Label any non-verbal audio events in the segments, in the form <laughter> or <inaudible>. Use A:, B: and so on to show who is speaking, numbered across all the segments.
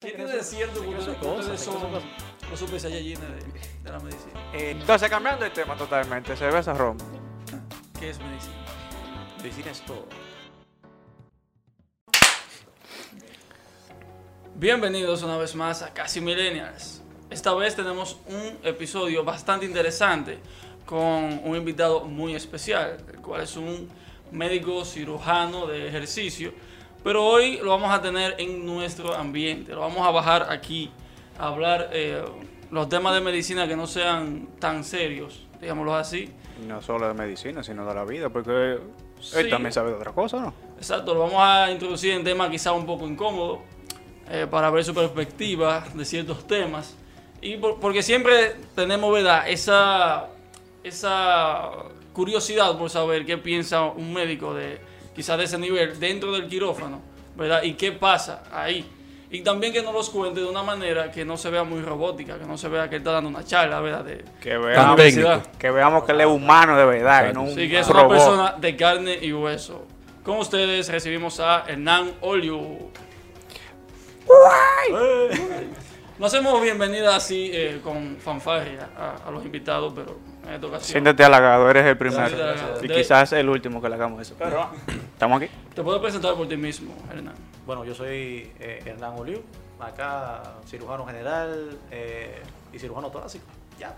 A: Tiene de cierto, porque ustedes son los super saiyajines de, de la medicina.
B: Eh,
C: Entonces, cambiando de tema totalmente, cerveza ron.
A: ¿Qué es medicina?
C: Medicina es todo.
A: Bienvenidos una vez más a Casi Millennials. Esta vez tenemos un episodio bastante interesante con un invitado muy especial, el cual es un médico cirujano de ejercicio. Pero hoy lo vamos a tener en nuestro ambiente, lo vamos a bajar aquí a hablar eh, los temas de medicina que no sean tan serios, digámoslo así.
C: No solo de medicina, sino de la vida, porque él
A: Sí.
C: también sabe de otra cosa, ¿no?
A: Exacto, lo vamos a introducir en temas quizá un poco incómodos eh, para ver su perspectiva de ciertos temas. Y por- porque siempre tenemos, ¿verdad? Esa, esa curiosidad por saber qué piensa un médico de quizá de ese nivel dentro del quirófano, ¿verdad? Y qué pasa ahí. Y también que nos los cuente de una manera que no se vea muy robótica, que no se vea que él está dando una charla, ¿verdad? De,
C: Que
A: de
D: Tan
C: veamos,
D: técnico.
A: obesidad.
C: que veamos que él es humano de verdad,
D: Claro.
C: y no un
A: Sí, que es una
C: robot.
A: persona de carne y hueso. Con ustedes recibimos a Hernán Oliu. Eh. No hacemos bienvenida así eh, con fanfarria a, a los invitados, pero en esta ocasión.
C: Siéntete halagado, eres el
A: Siéntete
C: primero.
A: halagado.
C: Y
A: De-
C: quizás el último que le hagamos eso. Pero estamos aquí.
A: Te puedo presentar por ti mismo, Hernán.
B: Bueno, yo soy eh, Hernán Oliu, acá cirujano general eh, y cirujano torácico. Ya,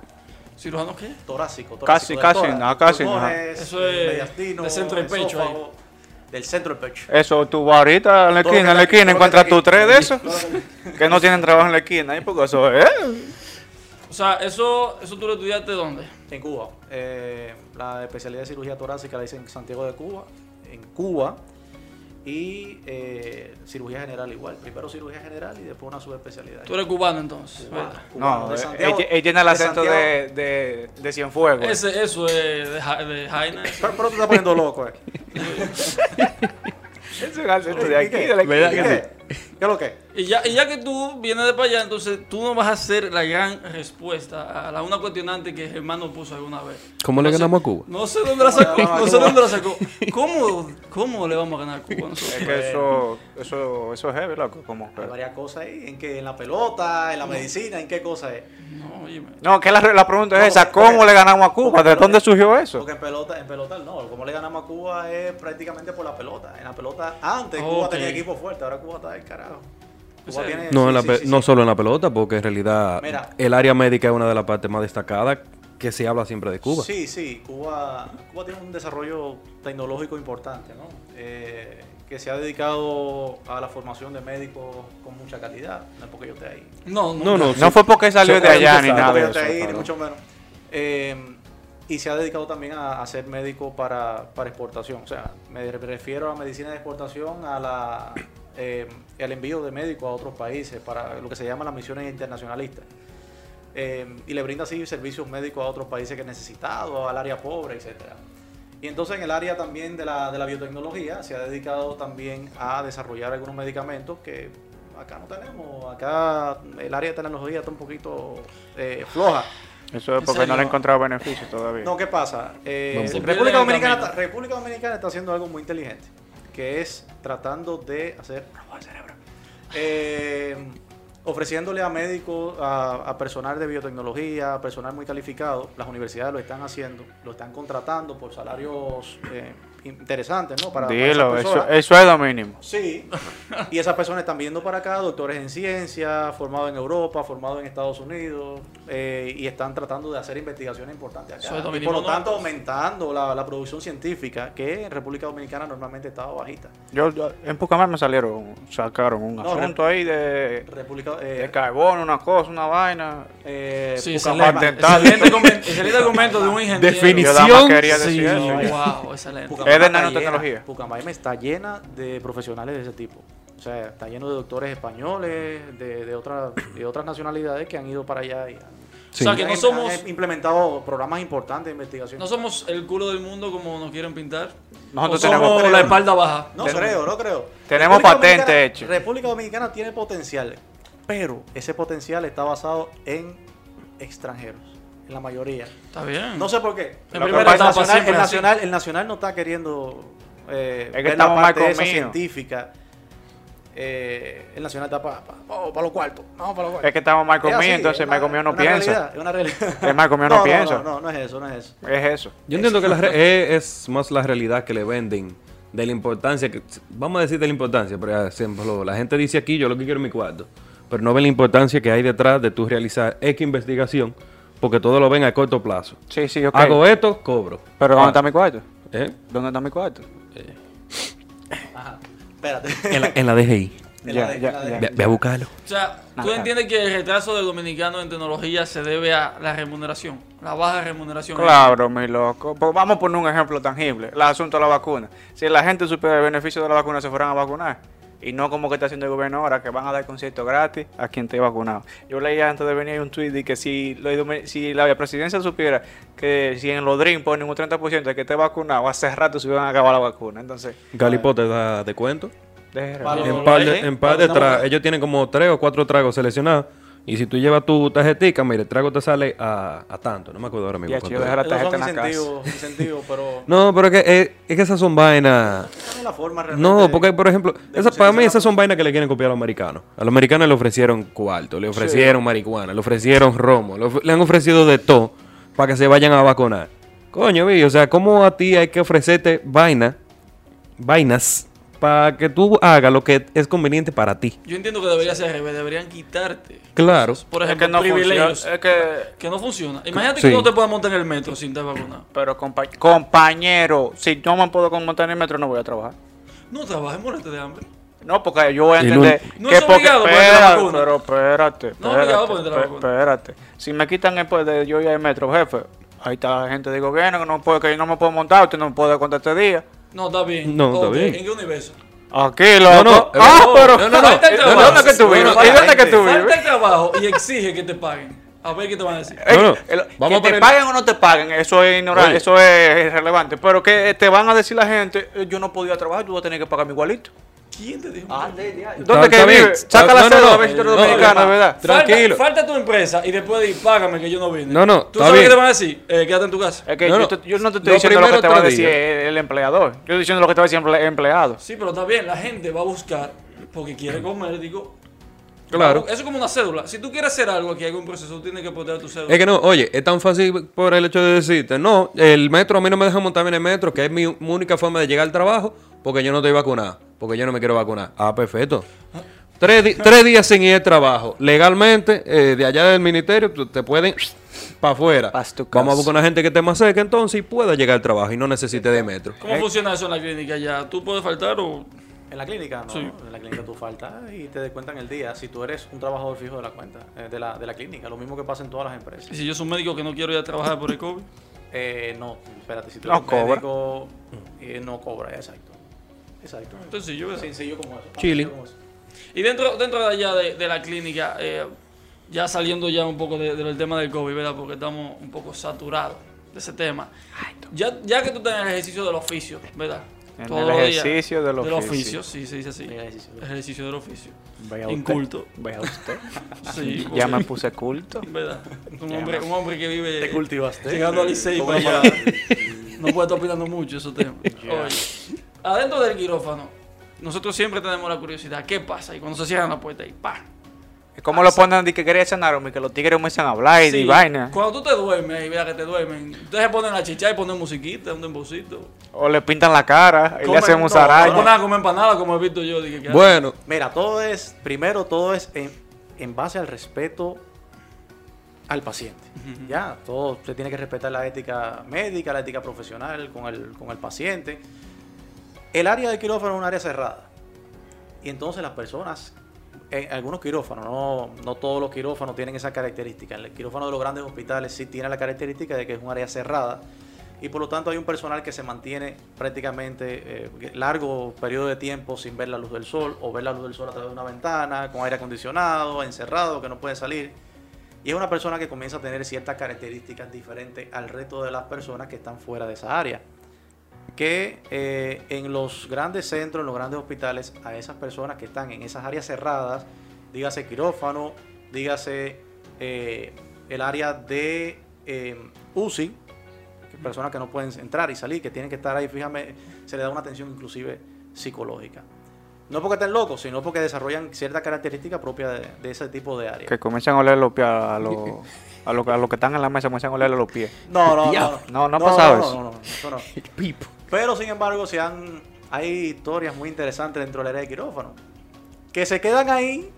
A: ¿Cirujano qué?
B: torácico, torácico.
C: Casi,
B: de
C: casi,
B: tórax,
C: no, casi, no.
B: pulmones,
A: Eso es
B: mediastino,
A: de centro del pecho, ahí.
B: esófago, Del centro del pecho.
C: Eso, tú vas ahorita en la
B: Todo lo que
C: esquina, en la
B: está-
C: esquina,
B: todo lo que
C: encuentras
B: está
C: tú tres de esos
B: Todo lo que-
C: que no tienen trabajo en la esquina, ¿eh? porque eso es.
A: O sea, eso, eso tú lo estudiaste dónde?
B: En Cuba. eh, la especialidad de cirugía torácica la hice en Santiago de Cuba, en Cuba. Y eh, cirugía general igual. Primero cirugía general y después una subespecialidad.
A: Tú eres cubano entonces.
B: Cubano,
A: ¿verdad?
B: cubano,
C: No, eh,
B: de
C: él,
B: Santiago-
C: él- él tiene el
B: de
C: acento
B: Santiago-
C: de, de, de Cienfuegos.
A: Ese, eso es de, Ja- de Jaina. eso.
B: Pero, pero tú estás poniendo loco,
C: <laughs>
B: eh.
C: Ese es el acento de
B: ¿Y
C: aquí,
B: qué?
C: de la
D: ¿Verdad
B: ¿Y
C: esquina.
B: qué? ¿Qué es lo que?
A: Y ya, y ya que tú vienes de para allá, entonces tú no vas a hacer la gran respuesta a la una cuestionante que Germán nos puso alguna vez.
D: ¿Cómo le
A: No sé-
D: ganamos a Cuba?
A: No sé dónde la
B: ¿Cómo le
A: sacó.
B: ganamos a
A: No sé
B: Cuba?
A: dónde la sacó. ¿Cómo, cómo le vamos a ganar a Cuba nosotros?
C: Es que eso, eso, eso es heavy, loco. Como que-
B: Hay varias cosas ahí, en que en la pelota, en la medicina, en qué cosa es.
A: No, oye,
C: No, que la, la pregunta es
B: No,
C: esa,
B: porque-
C: ¿cómo le ganamos a Cuba?
B: porque-
C: ¿De dónde surgió eso?
B: Porque en pelota, en pelota no, como le ganamos a Cuba es prácticamente por la pelota. En la pelota, antes
A: Ok.
B: Cuba tenía equipo fuerte, ahora Cuba está del carajo.
A: O
B: Cuba
A: sea,
B: tiene,
D: No,
B: Eh, sí,
D: en la
B: sí,
D: pe-
B: sí,
D: no
B: sí.
D: solo en la pelota, porque en realidad
B: Mira.
D: el área médica es una de las partes más destacadas que se habla siempre de Cuba.
B: Sí, sí, Cuba, Cuba tiene un desarrollo tecnológico importante, ¿no? Eh, que se ha dedicado a la formación de médicos con mucha calidad, no es porque yo esté ahí.
A: no, no,
D: No, no,
C: No fue porque salió
D: Son
C: de allá ni
D: cosas,
C: nada
B: no voy
C: de
B: a
C: eso.
B: traer, ni
D: claro.
B: mucho menos. Eh, y se ha dedicado también a, a ser médico para, para exportación. O sea, me re- refiero a medicina de exportación, a la, eh, el envío de médicos a otros países para lo que se llama las misiones internacionalistas. Eh, y le brinda así servicios médicos a otros países que necesitados, al área pobre, etcétera. Y entonces en el área también de la, de la biotecnología se ha dedicado también a desarrollar algunos medicamentos que acá no tenemos. Acá el área de tecnología está un poquito eh, floja.
C: Eso es
A: ¿En
C: porque no le
A: serio?
C: he encontrado beneficio todavía.
B: No, ¿qué pasa? Eh,
D: Vamos. Se
A: pierde
B: República,
A: en el
B: Dominicana,
A: camino.
B: está- República Dominicana está haciendo algo muy inteligente, que es tratando de hacer... robo de cerebro. Eh, ofreciéndole a médicos, a, a personal de biotecnología, a personal muy calificado, las universidades lo están haciendo, lo están contratando por salarios eh, interesantes, ¿no? Para, para esas
C: Dilo, eso,
B: personas.
C: eso es lo mínimo.
B: Sí. Y esas personas están viendo para acá, doctores en ciencia, formados en Europa, formados en Estados Unidos, eh, y están tratando de hacer investigaciones importantes acá.
A: Eso es
B: Y
A: dominicano,
B: por lo
A: ¿no?
B: tanto, aumentando la, la producción científica, que en República Dominicana normalmente estaba bajita.
C: Yo, yo- en Pucamar me salieron, sacaron un
B: No,
C: asunto ahí de,
B: República.
C: de
B: Eh,
C: carbono, una cosa, una vaina.
B: eh,
A: Sí,
B: Pucamar.
A: excelente,
C: dental.
A: excelente, comen- excelente argumento de un ingeniero.
D: Definición.
C: Yo nada más quería
D: Sí,
C: decir eso.
A: No, wow, excelente.
B: Pucamar
C: Es de
B: está llena,
C: nanotecnología.
B: Pucamar está llena de profesionales de ese tipo. O sea, está lleno de doctores españoles, de, de, otras- de otras nacionalidades que han ido para allá y han
D: Sí.
A: O sea, que no
B: Han-
A: somos,
B: han implementado programas importantes de investigación.
A: no somos el culo del mundo como nos quieren pintar.
C: Nosotros
A: o somos
C: tenemos-
A: la espalda baja.
B: No
C: Tenemos-
B: creo, no creo.
C: tenemos patente
B: Dominicana-
C: hecho.
B: República Dominicana tiene potencial, pero ese potencial está basado en extranjeros, en la mayoría.
A: Está bien.
B: No sé por qué.
A: Mm. En
C: Lo que
A: primera
C: pasa
B: el,
C: es
A: etapa
B: nacional,
A: siempre
B: el,
A: así.
B: nacional, el nacional no está queriendo eh,
C: que
B: ver la
C: estamos mal
B: parte esa
C: comidos.
B: científica. eh, el Nacional está para los cuartos. Vamos para los cuartos.
C: Es que estamos Michael
B: así,
C: Mío, entonces
B: es una-
C: Michael Mío no
B: es una
C: piensa.
B: realidad, es una realidad.
C: <laughs> Es Michael
B: <laughs>
C: Mío no piensa.
B: No, no, no es eso, no es eso.
C: Es eso.
D: Yo entiendo que la
B: <laughs>
D: re- es, es más la realidad que le venden de la importancia que vamos a decir de la importancia, por ejemplo, la gente dice aquí yo lo que quiero es mi cuarto, pero no ven la importancia que hay detrás de tú realizar X investigación porque todo lo ven a corto plazo.
C: Sí, sí, ok.
D: Hago esto, cobro.
C: Pero ¿dónde está
D: Ah,
C: mi cuarto?
D: ¿eh?
C: ¿Dónde está mi cuarto?
B: Ajá. Espérate.
D: en, la, en la DGI.
B: En
C: Ya,
B: la de-
C: ya,
B: en la de-
C: ya.
D: Ve, ve a buscarlo.
A: O sea, ¿tú
C: Ajá.
A: entiendes que el retraso del dominicano en tecnología se debe a la remuneración? La baja remuneración.
C: Claro, mi loco. Pues vamos a poner un ejemplo tangible. El asunto de la vacuna. Si la gente supiera el beneficio de la vacuna, se fueran a vacunar. Y no como que está haciendo el gobierno ahora, que van a dar conciertos gratis a quien esté vacunado. Yo leía antes de venir un tweet de que si, los domi- si la presidencia supiera que si en los DRIM ponen un 30% de que esté vacunado, hace rato se hubieran acabado la vacuna. Entonces,
D: Galipo te da de cuento.
C: de
B: Palo.
C: realidad.
D: En par de,
A: ¿eh?
D: en par de
B: Estamos-
D: tra- ellos tienen como tres o cuatro tragos seleccionados. Y si tú llevas tu tarjetica, mira, el trago te sale a, a tanto. No me acuerdo ahora mismo.
C: Ya,
D: cuánto
C: chido,
D: es.
C: deja la
B: Esos
C: tarjeta
B: son
C: en la casa.
B: incentivos, incentivos, pero.
D: No, pero es que, es, es que esas son vainas.
B: esa es la forma realmente
D: No,
B: de-
D: porque por ejemplo,
B: de
D: esas- para mí
B: concientizar a
D: esas son vainas que le quieren copiar a los americanos. A los americanos le ofrecieron cuarto, le ofrecieron marihuana, le ofrecieron romo, le, of- le han ofrecido de todo para que se vayan a vacunar. Coño, vi, o sea, ¿cómo a ti hay que ofrecerte vaina, vainas, para que tú hagas lo que es conveniente para ti?
A: Yo entiendo que debería ser al revés, deberían quitarte.
D: Claro.
A: Por
C: Es que
A: ejemplo,
C: no funciona. eh.
A: privilegios.
C: Es que.
A: Que no funciona. Imagínate
D: Sí.
A: que no te puedas montar en el metro sin estar vacunado.
C: Pero compa- compañero, si yo me puedo montar en el metro, no voy a trabajar.
A: No trabajes, muérete de hambre.
C: No, porque yo voy a
D: Y
C: entender
A: no- No
C: que
A: es
C: porque
A: obligado ponerte la
C: espera,
A: vacuna.
C: pero espérate,
A: No es obligado
C: espérate,
A: ponerte la
C: pe- espérate. Si me quitan el poder de yo ir al metro, jefe, ahí está la gente de gobierno que no puede, que yo no me puedo montar, usted no me puede contar este día.
A: No, está bien.
D: No, está
A: Ok,
D: bien.
A: ¿En qué universo?
C: Aquí, loco.
D: no, eh,
C: ah,
D: no,
C: pero
D: no, no, no.
C: ¿y
A: Falta el trabajo.
C: ¿Dónde es que tú
A: No, no,
C: vives?
A: no,
C: ¿Y dónde es que tú
A: Falta
C: vives?
A: el trabajo y exige que te paguen. A ver qué te van a decir.
C: Eh,
D: No, no.
C: el-
D: Vamos
C: que
D: a
C: te
D: poner-
C: paguen o no te paguen, eso es ignorante,
D: Oye.
C: eso es irrelevante. Pero que eh, te van a decir la gente, eh, yo no podía trabajar, tú vas a tener que pagarme igualito.
A: ¿Quién te dijo?
C: ¿Dónde
D: Está-
C: que
D: está bien.
C: vive? Saca la
D: No, no,
C: cédula,
D: no.
C: a ver si tú eres
D: No,
C: dominicano,
D: no,
C: de ¿verdad?
A: Falta-
D: Tranquilo.
A: Falta, tu empresa y después di, págame que yo no vine.
D: No, no,
A: ¿Tú
D: está
A: sabes
D: bien.
A: qué te van a decir? Eh, quédate en tu casa.
C: Es que
D: No,
C: yo,
D: no.
C: te- yo no te estoy
D: Los
C: diciendo lo que
D: primeros
C: te va a
D: tres
C: decir el, el empleador. Yo estoy diciendo lo que te va a decir el emple- empleado.
A: Sí, pero está bien, la gente va a buscar porque quiere comer, digo.
D: Claro.
A: Eso es como una cédula. Si tú quieres hacer algo aquí, hay un proceso, tú tienes que poner tu cédula.
D: Es que no, oye, es tan fácil por el hecho de decirte, no, el metro, a mí no me dejan montarme en el metro, que es mi mi única forma de llegar al trabajo, porque yo no estoy vacunado, porque yo no me quiero vacunar. Ah, perfecto. Tres, di- tres días sin ir al trabajo. Legalmente, eh, de allá del ministerio, tú- te pueden para afuera.
C: Paz tu
D: Vamos a
C: casa.
D: buscar una gente que esté más cerca entonces y pueda llegar al trabajo y no necesite de metro.
A: ¿Cómo funciona eso en la clínica ya? ¿Tú puedes faltar o...?
B: En la clínica, no.
A: Sí.
B: En la clínica tú faltas y te descuentan el día. Si tú eres un trabajador fijo de la cuenta, eh, de la, de la clínica, lo mismo que pasa en todas las
A: ¿Y
B: empresas.
A: si yo soy un médico que no quiero ir a trabajar por el COVID?
B: Eh, no, espérate, si tú
C: No
B: eres
C: cobra.
B: médico, eh, no cobra, exacto. Exacto.
A: Entonces yo...
B: Sencillo como eso.
D: Chile.
B: Sencillo como eso.
A: Y dentro, dentro de allá de, de la clínica, eh, ya saliendo ya un poco de- del tema del COVID, ¿verdad? Porque estamos un poco saturados de ese tema. Ya, ya que tú estás en el ejercicio del oficio, ¿verdad?
C: En
A: Todos
C: el
A: los días
C: ejercicio del oficio.
A: oficio, sí, se dice así.
B: El ejercicio del
A: Ejercicio del oficio.
C: Vea usted.
A: Inculto.
C: Vea usted.
A: Sí,
C: ya
A: porque-
C: me puse culto.
A: ¿verdad? Un hombre, un hombre que vive
B: Te cultivaste. <laughs>
A: llegando al Licey
B: ¿Cómo
A: para
B: llama?
A: allá. <laughs> No puede estar opinando mucho esos temas. Oye, adentro del quirófano, nosotros siempre tenemos la curiosidad, ¿qué pasa? Y cuando se cierran la puerta y ¡pa!
C: ¿Cómo lo ponen de que quería cenar, hombre? Que los tigres comienzan a hablar y
A: Sí,
C: de vaina.
A: Cuando tú te duermes y veas que te duermen, ustedes ponen la chicha y ponen musiquita, un dembocito.
C: O le pintan la cara y le
A: Comen-
C: hacen un
A: no,
C: zaraño.
A: No ponen a comer empanada como he visto yo. Dije, que-
D: Bueno,
B: Mira, todo es, primero todo es en, en base al respeto al paciente. Ya, todo se tiene que respetar la ética médica, la ética profesional con el, con el paciente. El área del quirófano es un área cerrada. Y entonces las personas, en algunos quirófanos, no, no todos los quirófanos tienen esa característica. El quirófano de los grandes hospitales sí tiene la característica de que es un área cerrada y por lo tanto hay un personal que se mantiene prácticamente eh, largo periodo de tiempo sin ver la luz del sol o ver la luz del sol a través de una ventana, con aire acondicionado, encerrado, que no puede salir. Y es una persona que comienza a tener ciertas características diferentes al resto de las personas que están fuera de esa área. Que eh, en los grandes centros, en los grandes hospitales, a esas personas que están en esas áreas cerradas, dígase quirófano, dígase eh, el área de eh, UCI, que personas que no pueden entrar y salir, que tienen que estar ahí, fíjame, se le da una atención inclusive psicológica. No porque estén locos, sino porque desarrollan cierta característica propia de, de ese tipo de área.
C: Que comienzan a oler los pies a los a los a los que están en la mesa, comienzan a oler los pies.
B: No,
C: <laughs>
B: no,
C: Ya.
B: no.
C: No, no ha pasado eso.
B: No, no, no,
C: <laughs>
B: eso no.
D: El pipo.
B: Pero sin embargo, se han, hay historias muy interesantes dentro del área de quirófano. Que se quedan ahí,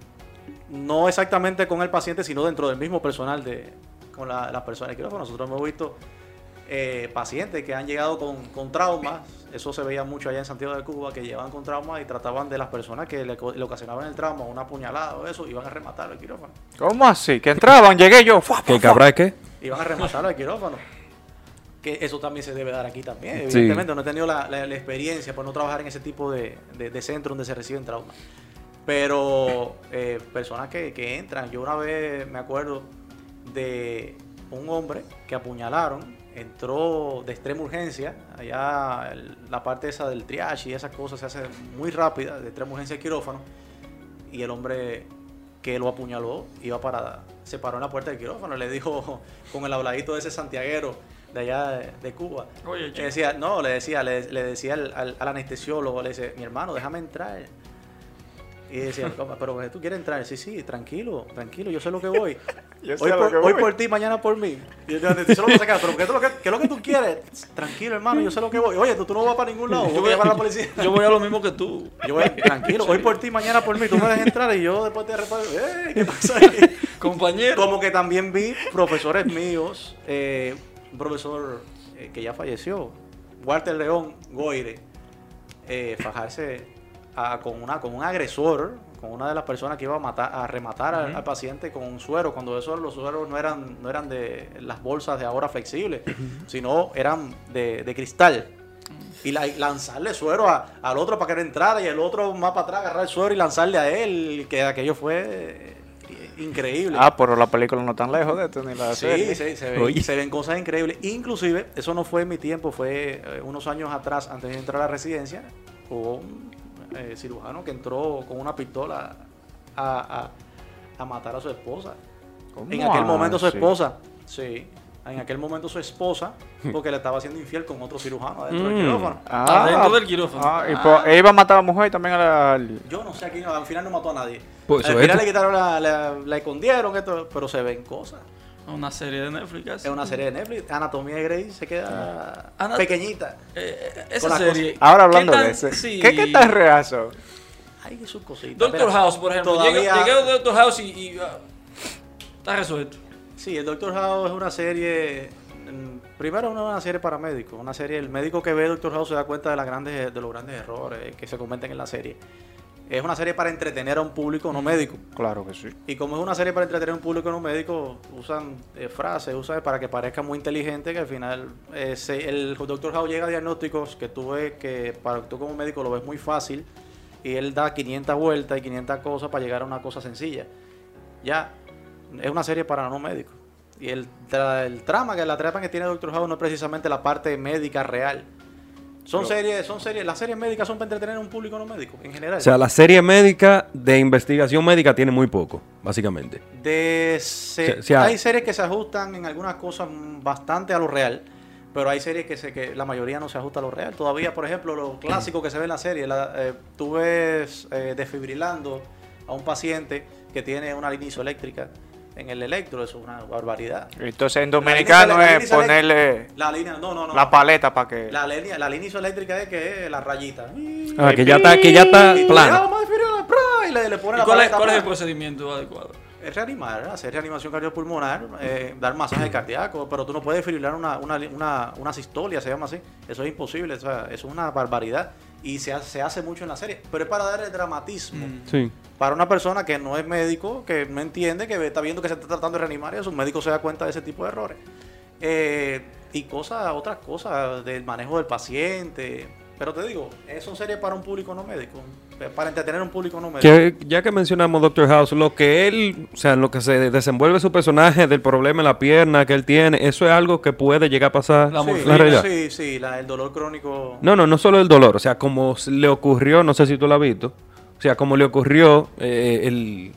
B: no exactamente con el paciente, sino dentro del mismo personal de con la- las personas de quirófano. Nosotros hemos visto eh, pacientes que han llegado con, con traumas, eso se veía mucho allá en Santiago de Cuba, que llevaban con traumas y trataban de las personas que le, co- le ocasionaban el trauma, una puñalada o eso, iban a rematarlo al quirófano.
C: ¿Cómo así? Que entraban, llegué yo. ¡fua,
D: ¿Que
C: fua,
D: el
C: fua!
D: cabra es qué?
B: Iban a rematarlo al quirófano. Que eso también se debe dar aquí también,
D: Sí.
B: evidentemente. No he tenido la, la- la experiencia por no trabajar en ese tipo de, de, de centro donde se reciben traumas. Pero eh, personas que, que entran, yo una vez me acuerdo de un hombre que apuñalaron, entró de extrema urgencia, allá el- la parte esa del triage y esas cosas se hace muy rápida, de extrema urgencia al quirófano, y el hombre que lo apuñaló iba para, se paró en la puerta del quirófano, le dijo <laughs> con el habladito de ese santiaguero de allá de, de Cuba,
A: Oye,
B: le
A: chico.
B: decía, no, le decía, le, le decía al, al- al anestesiólogo, le dice, mi hermano, déjame entrar. Y decía, "Compa, pero tú quieres entrar. Sí, sí, tranquilo, tranquilo, yo sé lo que voy.
C: Yo sé
B: hoy,
C: a lo
B: por,
C: que
B: hoy
C: voy".
B: por ti, mañana por mí. Y el anestesiólogo se queda, pero ¿qué es lo que, qué es lo que tú quieres? Tranquilo, hermano, yo sé lo que voy. Oye, tú, tú no vas para ningún lado,
A: Yo
B: voy
A: voy-
B: a <laughs> llamar a la policía.
A: Yo voy a lo mismo que tú.
B: Yo voy, tranquilo, hoy por ti, mañana por mí, tú me dejas entrar y yo después te resuelvo. "Eh, ¿Qué pasa ahí?
A: Compañero.
B: Como que también vi profesores míos, eh, un profesor eh, que ya falleció, Walter León Goire, eh, fajarse a- con, una, con un agresor, con una de las personas que iba a matar, a rematar al, al paciente con un suero, cuando esos los sueros no eran, no eran de las bolsas de ahora flexibles, sino eran de, de cristal. Y la- y lanzarle suero a- al otro para que no entrara y el otro más para atrás agarrar el suero y lanzarle a él, que aquello fue eh, increíble.
C: Ah, pero la película no tan lejos de esto ni la
B: Sí,
C: serie.
B: se, se ven,
D: Oye.
B: se ven cosas increíbles. Inclusive, eso no fue en mi tiempo, fue eh, unos años atrás, antes de entrar a la residencia, hubo un eh, cirujano que entró con una pistola a, a- a matar a su esposa.
C: ¿Cómo
B: En aquel momento su
C: así?
B: esposa, sí, en aquel momento su esposa, porque le estaba haciendo infiel con otro cirujano adentro del
D: Mm.
B: quirófano.
C: Ah,
A: Adentro del quirófano.
C: Ah, y po- e iba a matar a la mujer y también al.
B: Yo no sé a quién, al final no mató a nadie.
D: Pues,
B: al
D: eso,
B: final
D: esto-
B: le quitaron la, la, la escondieron, esto, pero se ven cosas.
A: Una serie de Netflix.
B: Es una serie de Netflix, Anatomía de Grey se queda
A: Ana-
B: pequeñita.
A: Eh,
B: Con
A: esa
B: la
A: serie.
C: Ahora hablando
A: ¿qué tan-
C: de eso.
A: sí.
C: ¿Qué, ¿Qué tan real son?
B: Hay que sus cositas.
A: Doctor
B: Espera,
A: House, por ejemplo.
B: Todavía,
A: Llegué, llegué a Doctor House y. y, ah, está resuelto.
B: Sí, el Doctor House es una serie. mm, Primero, no es una serie para médicos. Una serie. El médico que ve Doctor House se da cuenta de, las grandes, de los grandes errores que se cometen en la serie. Es una serie para entretener a un público no médico.
C: Claro que sí.
B: Y como es una serie para entretener a un público no médico, usan eh, frases, usan para que parezca muy inteligente, que al final eh, se- el doctor House llega a diagnósticos que tú ves que para tú como médico lo ves muy fácil y él da 500 vueltas y 500 cosas para llegar a una cosa sencilla. Ya, es una serie para no médicos. Y el, tra- el trama, que la trama que tiene Doctor House no es precisamente la parte médica real. Son series, son series, las series médicas son para entretener a un público no médico, en general.
D: O sea, la serie médica de investigación médica tiene muy poco, básicamente.
B: De se-
D: O sea-
B: hay series que se ajustan en algunas cosas mm, bastante a lo real, pero hay series que, se, que la mayoría no se ajusta a lo real. Todavía, por
A: <clears throat>
B: ejemplo, lo clásico que se ve en la serie, la, eh, tú ves eh, desfibrilando a un paciente que tiene una línea isoeléctrica en el electro, eso es una barbaridad.
C: Entonces en
B: La
C: dominicano
B: línea- la
C: es
B: línea
C: ponerle
B: La línea, no, no, no.
C: la paleta para que.
B: la línea, la línea isoeléctrica es que es la rayita.
D: Ah, que ya está, que ya está
B: Y- y- ah,
D: plana.
B: vamos a desfibrilar, ¡pra! y le, le
A: ¿Y
B: pone la
A: cuál es,
B: paleta
A: cuál es el
B: plana.
A: procedimiento adecuado?
B: Es reanimar, hacer reanimación cardiopulmonar, eh, dar masaje cardíaco, pero tú no puedes fibrilar una, una, una, una sistolia, se llama así. Eso es imposible, o sea, eso es una barbaridad. Y se, ha- se hace mucho en la serie, pero es para darle dramatismo.
D: Sí.
B: Para una persona que no es médico, que no entiende, que ve- está viendo que se está tratando de reanimar y eso, un médico se da cuenta de ese tipo de errores. Eh, y cosas, otras cosas del manejo del paciente. Pero te digo, eh, son series para un público no médico, eh, para entretener a un público no médico.
D: Que, ya que mencionamos Doctor House, lo que él, o sea, en lo que se desenvuelve su personaje del problema en la pierna que él tiene, eso es algo que puede llegar a pasar
A: La
D: la,
B: sí,
A: morfina,
D: realidad.
B: Sí, sí, la- el dolor crónico.
D: No, no, no solo el dolor, o sea, como s- le ocurrió, no sé si tú lo has visto, o sea, como le ocurrió eh, el,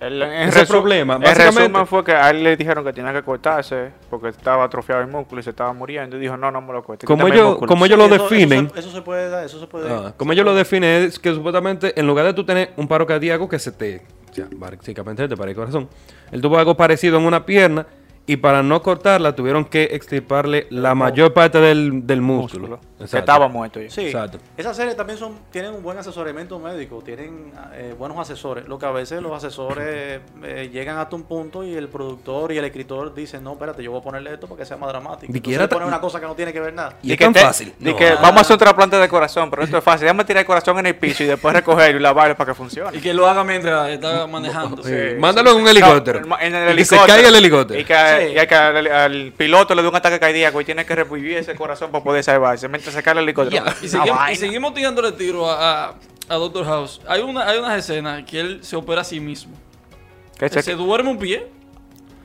C: El, en
D: Ese
C: resu-
D: problema,
C: en
D: básicamente-
C: resumen fue que a él le dijeron que tenía que cortarse porque estaba atrofiado el músculo y se estaba muriendo. Y dijo, no, no me lo corte.
D: Como
C: quítame el
D: ellos-
C: músculo".
D: como ellos- lo definen.
B: Eso, se- eso se puede dar, eso se puede
D: Ah, como ellos lo definen es que supuestamente en lugar de tú tener un paro cardíaco que se te, o sea, básicamente te para el corazón, él tuvo algo parecido en una pierna y para no cortarla tuvieron que extirparle la mayor parte del, del músculo.
C: Músculo. Que
D: Exacto.
C: estaba muerto ya.
B: Sí,
D: Exacto.
B: esas series también son, tienen un buen asesoramiento médico, tienen eh, buenos asesores. Lo que a veces los asesores
D: <laughs>
B: eh, llegan hasta un punto y el productor y el escritor dicen, no, espérate, yo voy a ponerle esto para que sea más dramático.
D: Ni
B: Entonces
D: siquiera te-
B: ponen una cosa que no tiene que ver nada.
D: Y
C: Di
D: es tan
C: te-
D: fácil.
C: di
D: No.
C: que vamos a hacer un trasplante de corazón, pero esto es fácil. Déjame tirar el corazón en el piso y después recogerlo y lavarlo para que funcione.
A: Y que lo haga mientras está manejando.
D: Sí. Mándalo en un helicóptero.
C: No, en el
D: Y que se
C: helicóptero.
D: caiga el helicóptero.
C: Y que, y hay que al, al piloto le dé un ataque cardíaco y tiene que revivir ese corazón para poder salvarse. Mientras sacar el helicóptero.
A: Y
C: Una
A: seguimos, y
C: vaina.
A: seguimos tirándole tiro a, a, a Doctor House. Hay, una, hay unas escenas que él se opera a sí mismo.
C: Que
A: Él
C: se-
A: se duerme un pie.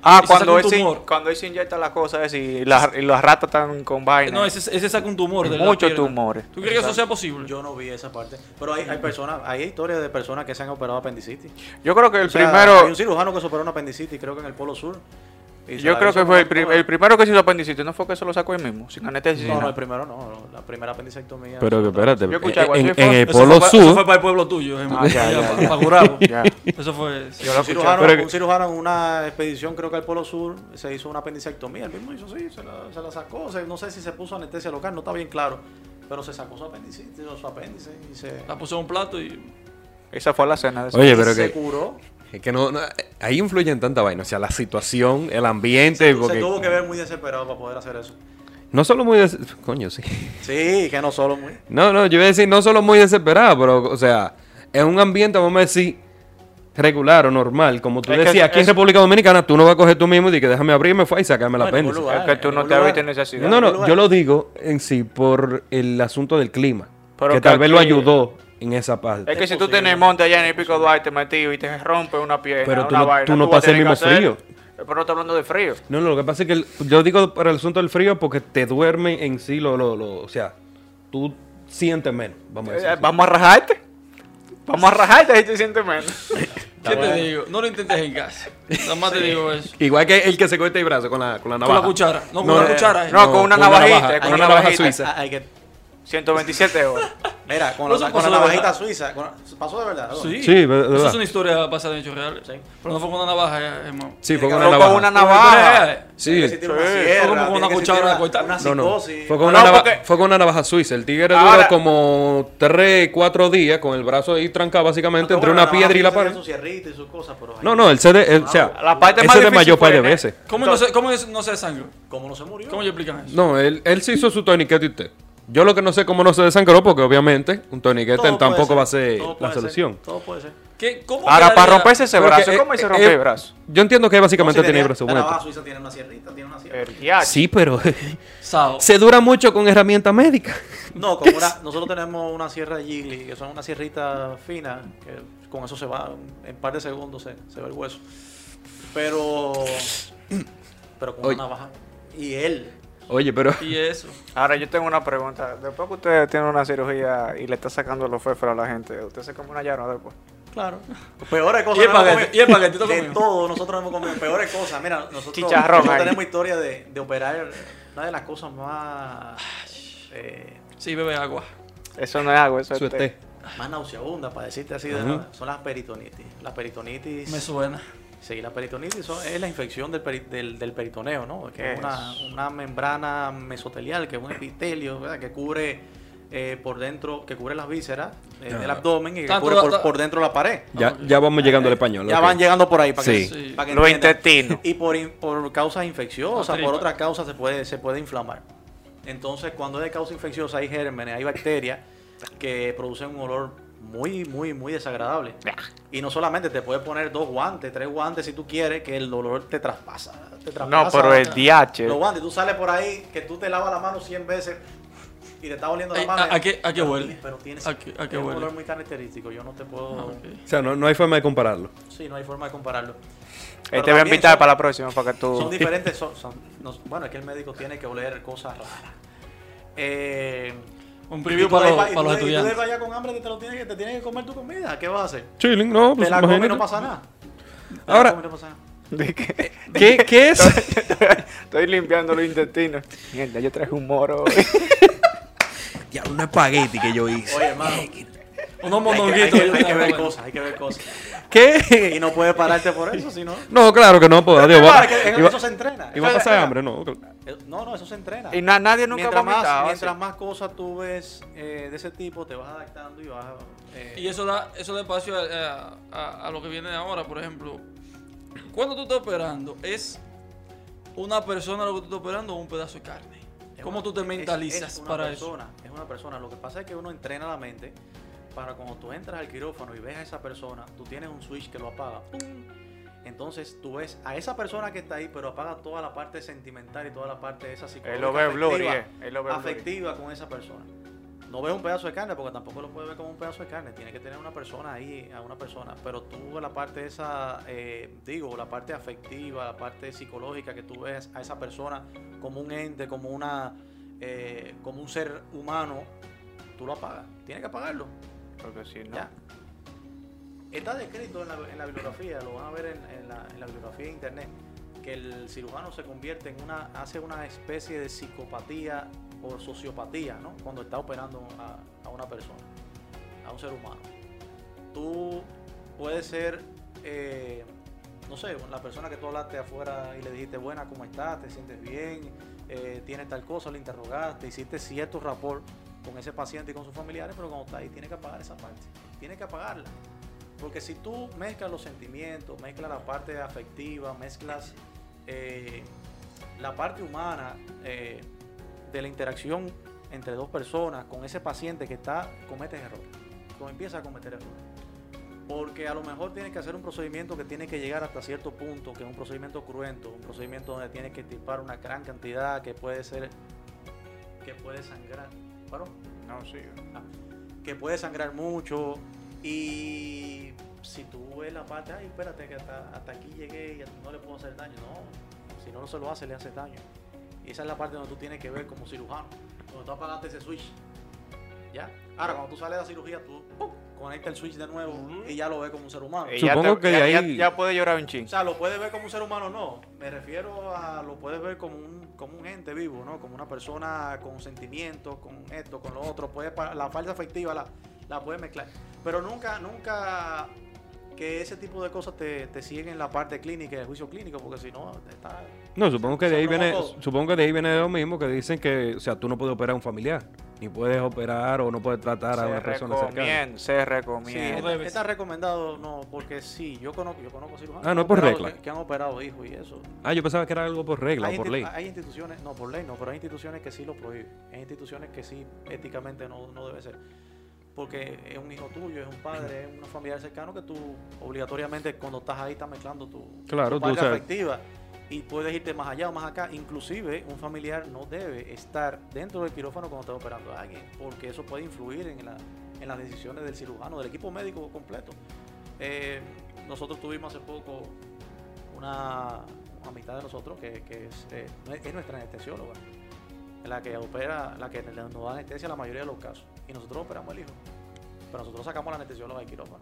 C: Ah,
A: y se
C: cuando
A: saca
C: él,
A: un
C: se,
A: tumor.
C: cuando él se inyecta las cosas es y las, y las ratas están con vaina.
A: No, ese, ese saca un tumor. de la
C: Muchos
A: pierna.
C: tumores.
A: ¿Tú crees que eso sea posible?
B: Yo no vi esa parte. Pero hay, hay personas, hay historias de personas que se han operado apendicitis.
C: Yo creo que el
B: O sea, Hay
C: primero...
B: un cirujano que se operó una apendicitis, creo que en el Polo Sur. y se
C: Yo
B: la
C: creo
B: hizo
C: que
B: con
C: fue el,
B: una
C: pri-
B: sola.
C: el primero que se hizo apendicitis. No fue que se lo sacó él mismo, sin anestesia. sin
B: No, no, el
C: nada.
B: primero no, no, la primera apendicectomía.
D: Pero que espérate,
C: Yo escuché algo así,
D: en, en-
C: fue-
D: en el
A: Eso
D: Polo
A: fue, pa- Eso fue
D: Sur,
A: para el pueblo tuyo. Gemma.
C: Ah, <laughs> ya,
A: Allá,
C: ya,
A: pa-
C: ya.
A: pa' Gurabo.
C: <laughs> Ya.
A: Eso fue. sí.
C: Yo lo
B: Un
C: escuché.
B: cirujano,
C: Pero-
B: un cirujano en una expedición, creo que al Polo Sur, se hizo una apendicectomía. El mismo hizo, sí, se la, se la sacó. o sea, no sé si se puso anestesia local, no está bien claro. Pero se sacó su apendicitis, o su apéndice y se,
A: La puso en un plato y.
C: Esa fue la cena de
D: Oye,
B: y
D: pero
B: se
D: que,
B: curó.
D: es que no, no, ahí influyen tanta vaina. O sea, la situación, el ambiente.
B: Se, se
D: porque
B: tuvo que ver muy desesperado para poder hacer eso.
D: No solo muy. des- Coño, sí.
B: Sí, que no solo muy.
D: No, no, yo iba a decir no solo muy desesperada, pero, o sea, es un ambiente, vamos a decir, regular o normal. Como tú
C: Es que
D: decías, aquí en
C: es-
D: República Dominicana, tú no vas a coger tú mismo y que déjame abrirme fue y sacarme la
B: Bueno,
D: pena.
B: un lugar,
C: Es que tú
B: en
C: no
B: un
C: te
B: lugar.
C: viste necesidad.
D: No,
B: en un
D: no,
B: lugar.
D: yo lo digo en sí por el asunto del clima.
C: Pero
D: que
C: que
D: tal vez lo
C: aquí-
D: ayudó en esa parte.
C: Es que
B: Es
C: si tú
B: posible.
C: tienes monte allá en el pico Duarte metido y te rompe una pierna,
D: Pero tú
C: una
D: no-
C: vaina,
D: tú no
C: vas a
D: pasas el
C: tener que
D: mismo
C: hacer- Pero no está hablando de frío.
D: No, no, lo que pasa es que el- yo digo para el asunto del frío porque te duerme en sí, lo, lo, lo- o sea, tú sientes menos, vamos a decir.
C: Eh,
D: así.
C: Vamos a rajarte. Vamos a rajarte ahí te sientes menos.
A: ¿Qué te digo? No lo intentes en casa. Nada más te digo eso.
D: Eh, Igual que el que se corta el brazo con la, con la
A: Con
D: navaja.
A: la cuchara. No, con
D: No,
A: la
D: eh,
A: cuchara. eh.
C: No, con una navajita,
D: navaja,
C: con
D: hay
C: una
D: navaja
C: navajita.
D: suiza.
B: Ah, hay que,
C: 127 horas.
B: mira, con,
A: No, eso
B: la, con
A: pasó
B: la
A: de
B: navajita
A: verdad.
B: suiza. con- pasó de verdad. ¿no?
A: Sí,
D: Sí, de- de
A: Eso
D: verdad.
A: es una historia basada en hechos reales. Pero no fue con una navaja, eh, hermano.
D: Sí, fue
B: Tiene
D: con
B: que
D: una
C: Pero
D: navaja.
C: con una
A: Una
C: navaja.
A: historia-
D: Sí.
B: Tiene que existir una
C: Sí.
B: sierra,
A: Fue como con una
B: tiene que existir
A: cuchara
B: una-
A: de cortar.
B: Una
D: No, no.
B: psicosis.
D: Fue con,
C: No,
D: una nava-
C: porque-
D: fue con una navaja suiza. El tigre
C: Ahora-
D: duró como 3, 4 días con el brazo ahí trancado básicamente
B: Aunque
D: entre
B: bueno,
D: una
B: navaja
D: piedra y la
B: tiene
D: pared.
B: su sierrita y sus cosas, pero ahí-
D: No, no, el CD, el- o sea,
C: La parte
D: ese
C: más
D: de
C: difícil
D: mayor
C: fue
D: par de
C: en-
D: veces.
A: ¿Cómo no se, cómo es- no se desangró?
B: ¿Cómo no se murió?
A: ¿Cómo yo explican eso?
D: No, él, él se hizo su torniquete y usted. Yo lo que no sé cómo no se desangró, porque obviamente un torniquete
B: Todo puede
D: este tampoco
B: ser,
D: va a ser
B: todo puede
D: la
B: ser,
D: solución.
B: Todo puede ser.
A: ¿Qué- cómo
C: Ahora, para
A: quedaría-
C: romperse ese
D: Porque,
C: brazo,
D: eh,
C: ¿cómo él se
D: eh,
C: rompe el brazo?
D: Yo entiendo que básicamente
B: No, si
D: tenía el
B: tenía-
D: brazo
B: la navaja
D: muerto.
B: suiza tiene una sierrita, tiene una sierra.
D: Eh.
C: El diario.
D: Sí, pero <laughs>
A: Sao.
D: se dura mucho con herramienta médica.
B: No,
D: <laughs>
B: como una- nosotros tenemos una sierra Gigli, que son una sierrita fina, que con eso se va, en par de segundos se, se ve el hueso. Pero. Pero con
D: Oye.
B: una navaja. Y él.
D: Oye, pero
A: Y eso.
C: Ahora, yo tengo una pregunta. Después que usted tiene una cirugía y le está sacando los féferos a la gente, ¿usted se come una llana después?
B: Claro. Peores cosas.
A: Y el
B: no hemos
A: paquete,
B: comido.
A: y el paquetito
B: De
A: comido.
B: todo, nosotros hemos comido. Peores cosas. Mira,
C: <laughs>
B: nosotros,
C: Chicharrón
B: nosotros
C: ahí.
B: tenemos historia de, de operar. Una de las cosas más. eh,
A: Sí, bebe agua.
C: Eso no es agua, eso es
D: su
C: té.
D: té.
B: más nauseabunda, para decirte así, de
D: Ajá.
B: nada, son las peritonitis. Las peritonitis.
A: Me suena.
B: Sí, la peritonitis son- es la infección del, peri- del, del peritoneo, ¿no? Que es
C: Es.
B: una, una membrana mesotelial, que es un epitelio, ¿verdad? Que cubre eh, por dentro, que cubre las vísceras eh, del
D: Ah.
B: abdomen y que
A: Tanto
B: cubre
A: da-
B: por,
A: da-
B: por dentro la pared.
D: Ya, ya vamos llegando al español.
B: ya
D: ok.
B: van llegando por ahí para que,
D: Sí.
A: Sí.
B: para que
C: Los
B: entiendan.
C: intestinos.
B: Y por, in- por causas infecciosas,
A: Las
B: por
A: tripas.
B: otras causas se puede, se puede inflamar. Entonces, cuando es de causa infecciosa, hay gérmenes, hay bacterias que producen un olor muy, muy, muy desagradable.
A: Ah.
B: Y no solamente te puedes poner dos guantes, tres guantes si tú quieres, que el dolor te traspasa. te
C: No,
B: traspasa
C: pero el
B: Los
C: DH.
B: guantes, tú sales por ahí, que tú te lavas la mano 100 veces y te está oliendo la
A: Ay,
B: mano.
A: ¿a- a qué- a qué
B: Pero
A: huele?
B: tiene- Pero tienes
A: ¿A qué- a qué
B: tiene un
A: huele? Ah,
B: olor muy característico, yo no te puedo...
D: O sea, no, no hay forma de compararlo.
B: Sí, no hay forma de compararlo. Pero
C: Este voy a
B: también
C: invitar
B: son-
C: para la próxima, para que
B: Son
C: <laughs> tú...
B: diferentes, son, son- no- bueno, es que el médico tiene que oler cosas raras. Eh,
A: Un
B: y
A: preview
B: tú
A: para,
B: de-
A: los-
B: y tú
A: para los
B: de- y tú de
A: estudiantes.
B: vaya con hambre, te, lo tienes que, te tienes que comer tu comida. ¿Qué vas a hacer?
D: Chilling, no,
B: Te
D: pues
B: la comes y no
D: imagínate.
B: pasa nada.
D: Ahora-
B: ¿Cómo te pasa?
C: De que-
D: ¿Qué, qué es?
B: <laughs>
C: Estoy limpiando los intestinos. Mierda, yo traje un moro.
D: ya, un espagueti que yo hice.
B: Oye, hermano.
A: Unos
B: Hay
A: mondonguitos.
B: que, hay que ver
A: yo-
B: cosas, hay que ver cosas. Y
D: ¿Qué?
B: no puedes pararte por eso, si no.
D: No, claro que no puedo. Dios, va-
B: Claro, que en
D: iba-
B: eso se entrena.
D: iba a
B: Eso-
D: pasar hambre, no.
B: eh, No, no, eso se entrena.
C: <laughs> y na- nadie nunca
B: mientras
C: vomitaba,
B: más, mientras
C: sí.
B: más cosas tú ves eh, de ese tipo, te vas adaptando y vas. eh,
A: Y eso da, eso da espacio a, a- a- a lo que viene ahora, por ejemplo. Cuando tú estás operando, ¿es una persona lo que tú estás operando o un pedazo de carne?
B: es
A: ¿Cómo
B: una-
A: tú te
B: es-
A: mentalizas
B: es una
A: para
B: persona, Es una persona. Lo que pasa es que uno entrena la mente para cuando tú entras al quirófano y ves a esa persona, tú tienes un switch que lo apaga. ¡pum! Entonces tú ves a esa persona que está ahí, pero apaga toda la parte sentimental y toda la parte de esa psicología.
C: El overblur, yeah, el overblur.
B: afectiva con esa persona. No ves un pedazo de carne porque tampoco lo puedes ver como un pedazo de carne. Tiene que tener una persona ahí, a una persona. Pero tú la parte esa, eh, digo, la parte afectiva, la parte psicológica que tú ves a esa persona como un ente, como una, eh, como un ser humano, tú lo apagas. Tienes que apagarlo.
C: Porque si no.
B: Ya. Está descrito en la, en la bibliografía, lo van a ver en, en la, en la bibliografía de internet, que el cirujano se convierte en una, hace una especie de psicopatía o sociopatía, ¿no? Cuando está operando a, a una persona, a un ser humano. Tú puedes ser, eh, no sé, la persona que tú hablaste afuera y le dijiste, buena, ¿cómo estás? ¿Te sientes bien? Eh, ¿Tienes tal cosa? Le interrogaste, hiciste cierto rapport con ese paciente y con sus familiares, pero cuando está ahí tiene que apagar esa parte, tiene que apagarla. Porque si tú mezclas los sentimientos, mezclas la parte afectiva, mezclas eh, la parte humana eh, de la interacción entre dos personas con ese paciente que está, cometes errores. Tú empiezas a cometer errores. Porque a lo mejor tienes que hacer un procedimiento que tiene que llegar hasta cierto punto, que es un procedimiento cruento, un procedimiento donde tienes que extirpar una gran cantidad que puede ser, que puede sangrar. ¿Paró?
C: No, sí.
B: que puede sangrar mucho. Y si tú ves la parte, ay, espérate, que hasta, hasta aquí llegué y no le puedo hacer daño. No, si no, no se lo hace, le hace daño. Y esa es la parte donde tú tienes que ver como cirujano, donde tú apagaste ese switch. ¿Ya? Ahora, cuando tú sales de la cirugía, tú ¡pum! conectas el switch de nuevo y ya lo ves como un ser humano.
C: Y
D: Supongo
C: te-
D: que de
C: ya-
D: ahí-
C: ya, ya puede llorar un ching.
B: O sea, lo puedes ver como un ser humano, no. Me refiero a lo puedes ver como un, como un ente vivo, ¿no? Como una persona con sentimientos, con esto, con lo otro. Puedes, pa- la falta afectiva la, la puedes mezclar. Pero nunca, nunca que ese tipo de cosas te, te siguen en la parte clínica, el juicio clínico, porque si no, está.
D: No, supongo que de
B: Son
D: ahí viene,
B: locos.
D: supongo que de ahí viene lo mismo que dicen que, o sea, tú no puedes operar a un familiar, ni puedes operar o no puedes tratar a
C: Se
D: una persona cercana.
C: recomienda, se
B: Sí,
C: recomienda.
A: no debes.
B: está recomendado, no, porque sí, yo conozco, yo conozco cirujanos.
D: Ah, no
B: que
D: es por
B: han
D: regla.
B: operado- Que, que han operado hijos y eso.
D: Ah, yo pensaba que era algo por regla o
B: hay, ah,
D: por
B: insti-
D: ley.
B: hay instituciones, no, por ley no, pero hay instituciones que sí lo prohíben. Hay instituciones que sí éticamente no, no debe ser. Porque es un hijo tuyo, es un padre, es un familiar cercano que tú obligatoriamente cuando estás ahí estás mezclando tu,
D: Claro,
B: tu
D: tú
B: parte
D: sabes.
B: afectiva. Y puedes irte más allá o más acá. Inclusive un familiar no debe estar dentro del quirófano cuando estás operando a alguien, porque eso puede influir en, la- en las decisiones del cirujano, del equipo médico completo. Eh, nosotros tuvimos hace poco una, una mitad de nosotros que, que es, eh, nue- es nuestra anestesióloga, la que opera, la que nos da anestesia en la mayoría de los casos. Y nosotros operamos el hijo, pero nosotros sacamos a la anestesióloga del quirófano.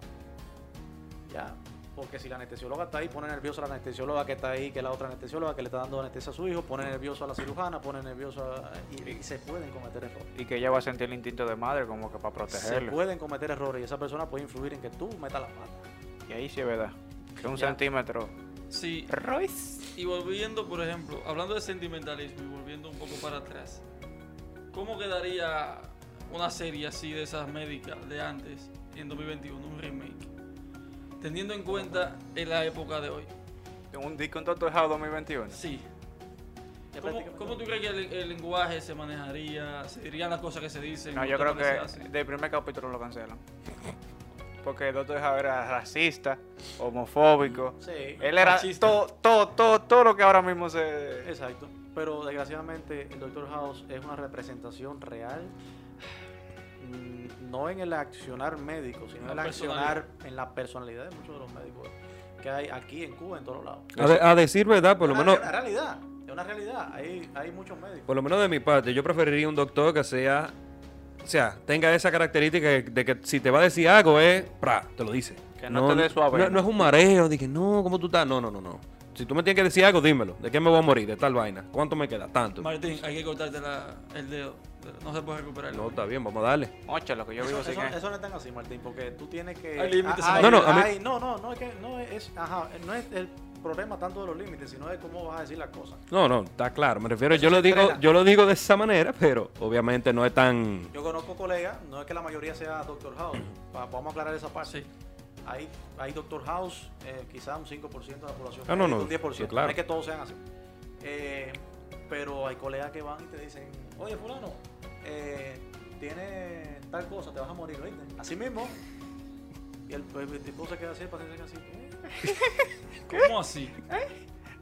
B: Ya, porque si la anestesióloga está ahí, pone nervioso a la anestesióloga que está ahí, que es la otra anestesióloga que le está dando anestesia a su hijo, pone nervioso a la cirujana, pone nervioso a, y, y se pueden cometer errores.
C: Y que ella va a sentir el instinto de madre como que para
B: Se
C: protegerlo.
B: pueden cometer errores y esa persona puede influir en que tú metas la pata.
C: Y ahí sí es verdad. Que un
B: Ya.
C: centímetro.
A: eso? Sí,
C: Royce.
A: y volviendo, por ejemplo, hablando de sentimentalismo y volviendo un poco para atrás, ¿cómo quedaría una serie así de esas médicas de antes, en 2021, un remake? Teniendo en cuenta en la época de hoy.
C: Un disco en Doctor House 2021.
A: Sí,
B: Ya
A: ¿Cómo,
B: prácticamente-
A: cómo tú crees que el, el lenguaje se manejaría? ¿Se dirían las cosas que se dicen?
C: No,
A: los
C: yo creo
A: temas se
C: que
A: hacen?
C: del primer capítulo lo cancelan. Porque Doctor House era racista, homofóbico.
B: Sí.
C: Él era
A: Machista.
C: todo, todo, todo, todo lo que ahora mismo se.
B: Exacto. Pero desgraciadamente el Doctor House es una representación real, mm, no en el accionar médico, sino en
A: La
B: el accionar en la personalidad de muchos de los médicos que hay aquí en Cuba, en todos lados.
D: A, de- a decir verdad, por lo
B: Una-
D: menos,
B: Es una realidad, es una realidad. Hay, hay muchos médicos.
D: por lo menos de mi parte, yo preferiría un doctor que sea, o sea, tenga esa característica de que si te va a decir algo es, pra, te lo dice.
C: Que no te dé su avena.
D: no- no es un mareo, dije, no, ¿cómo tú estás? No, no, no, no. Si tú me tienes que decir algo, dímelo. ¿De qué me voy a morir? ¿De tal vaina? ¿Cuánto me queda? Tanto.
A: Martín, hay que cortarte la- el dedo. No se puede recuperar.
D: No, está bien, vamos a darle.
C: Ocho, lo que yo
B: Eso,
C: vivo
B: eso-
C: sin es.
B: eso no es tan así, Martín, porque tú tienes que.
A: Hay límites,
B: Ah,
D: No, no, a mí-
B: ay, no, no, no es que no es, ajá, no es el problema tanto de los límites, sino de cómo vas a decir las cosas.
D: No, no, está claro. Me refiero, yo lo
B: se
D: digo,
B: entrena.
D: yo lo digo de esa manera, pero obviamente no es tan.
B: Yo conozco colegas, no es que la mayoría sea Doctor House, pa- vamos a aclarar esa parte.
A: Sí.
B: Hay, hay Doctor House, eh, quizá un 5% de la población,
D: Ah, no,
B: médico
D: no,
B: un 10%,
D: sí, claro.
B: no es que todos sean así. Eh, pero hay colegas que van y te dicen, oye fulano, eh, tiene tal cosa, te vas a morir, ¿oíste? Así mismo. Y el, pues, el tipo se queda así, el paciente se queda así. "¿Qué?".
C: <laughs>
A: ¿Cómo así?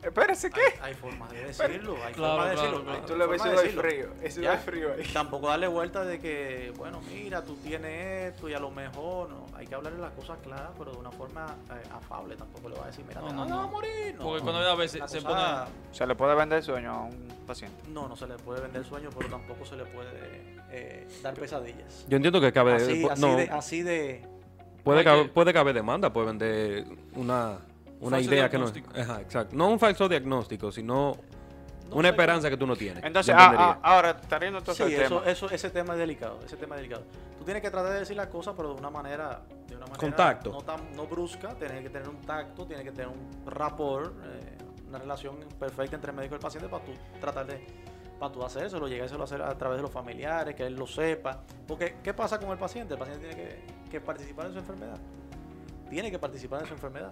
C: Espérese, ¿qué?
B: Hay, hay formas de decirlo, hay
A: Claro,
B: formas de
A: claro,
B: decirlo.
A: claro.
B: hay
C: Tú le ves
B: formas de
C: eso de
B: decirlo.
C: frío. Eso
B: Ya.
C: de frío ahí.
B: Tampoco darle vuelta de que, bueno, mira, tú tienes esto y a lo mejor no. Hay que hablarle las cosas claras, pero de una forma eh, afable. Tampoco le va a decir, mira,
A: No,
B: te
A: no,
B: vas-
A: no.
B: te vas a morir. No,
A: Porque cuando a veces
B: La
A: se
B: cosa-
A: pone-
C: Se le puede vender sueño a un paciente.
B: No, no se le puede vender sueño, pero tampoco se le puede eh, dar pesadillas.
D: Yo entiendo que cabe.
B: Así,
D: po-
B: así
D: eh, no,
B: de, así de.
D: puede,
A: Hay
D: cabe-
A: que-
D: puede caber demanda, puede vender una, una
A: Falso
D: idea que no.
A: diagnóstico.
D: Ajá, exacto. No un falso diagnóstico, sino
B: No
D: una
B: sé,
D: esperanza que tú no tienes.
C: Entonces,
D: Yo
C: ah,
D: entendería.
C: ah, ahora, está riendo todo
B: Sí,
C: el
B: eso,
C: tema.
B: eso, ese tema es delicado, ese tema es delicado. Tú tienes que tratar de decir las cosas, pero de una manera, de una manera
D: Con tacto.
B: no tan no brusca, tienes que tener un tacto, tienes que tener un rapport, eh, una relación perfecta entre el médico y el paciente para tú tratar de, para tú hacérselo, llegárselo a hacer a través de los familiares, que él lo sepa. Porque, ¿qué pasa con el paciente? El paciente tiene que, que participar en su enfermedad. Tiene que participar en su enfermedad.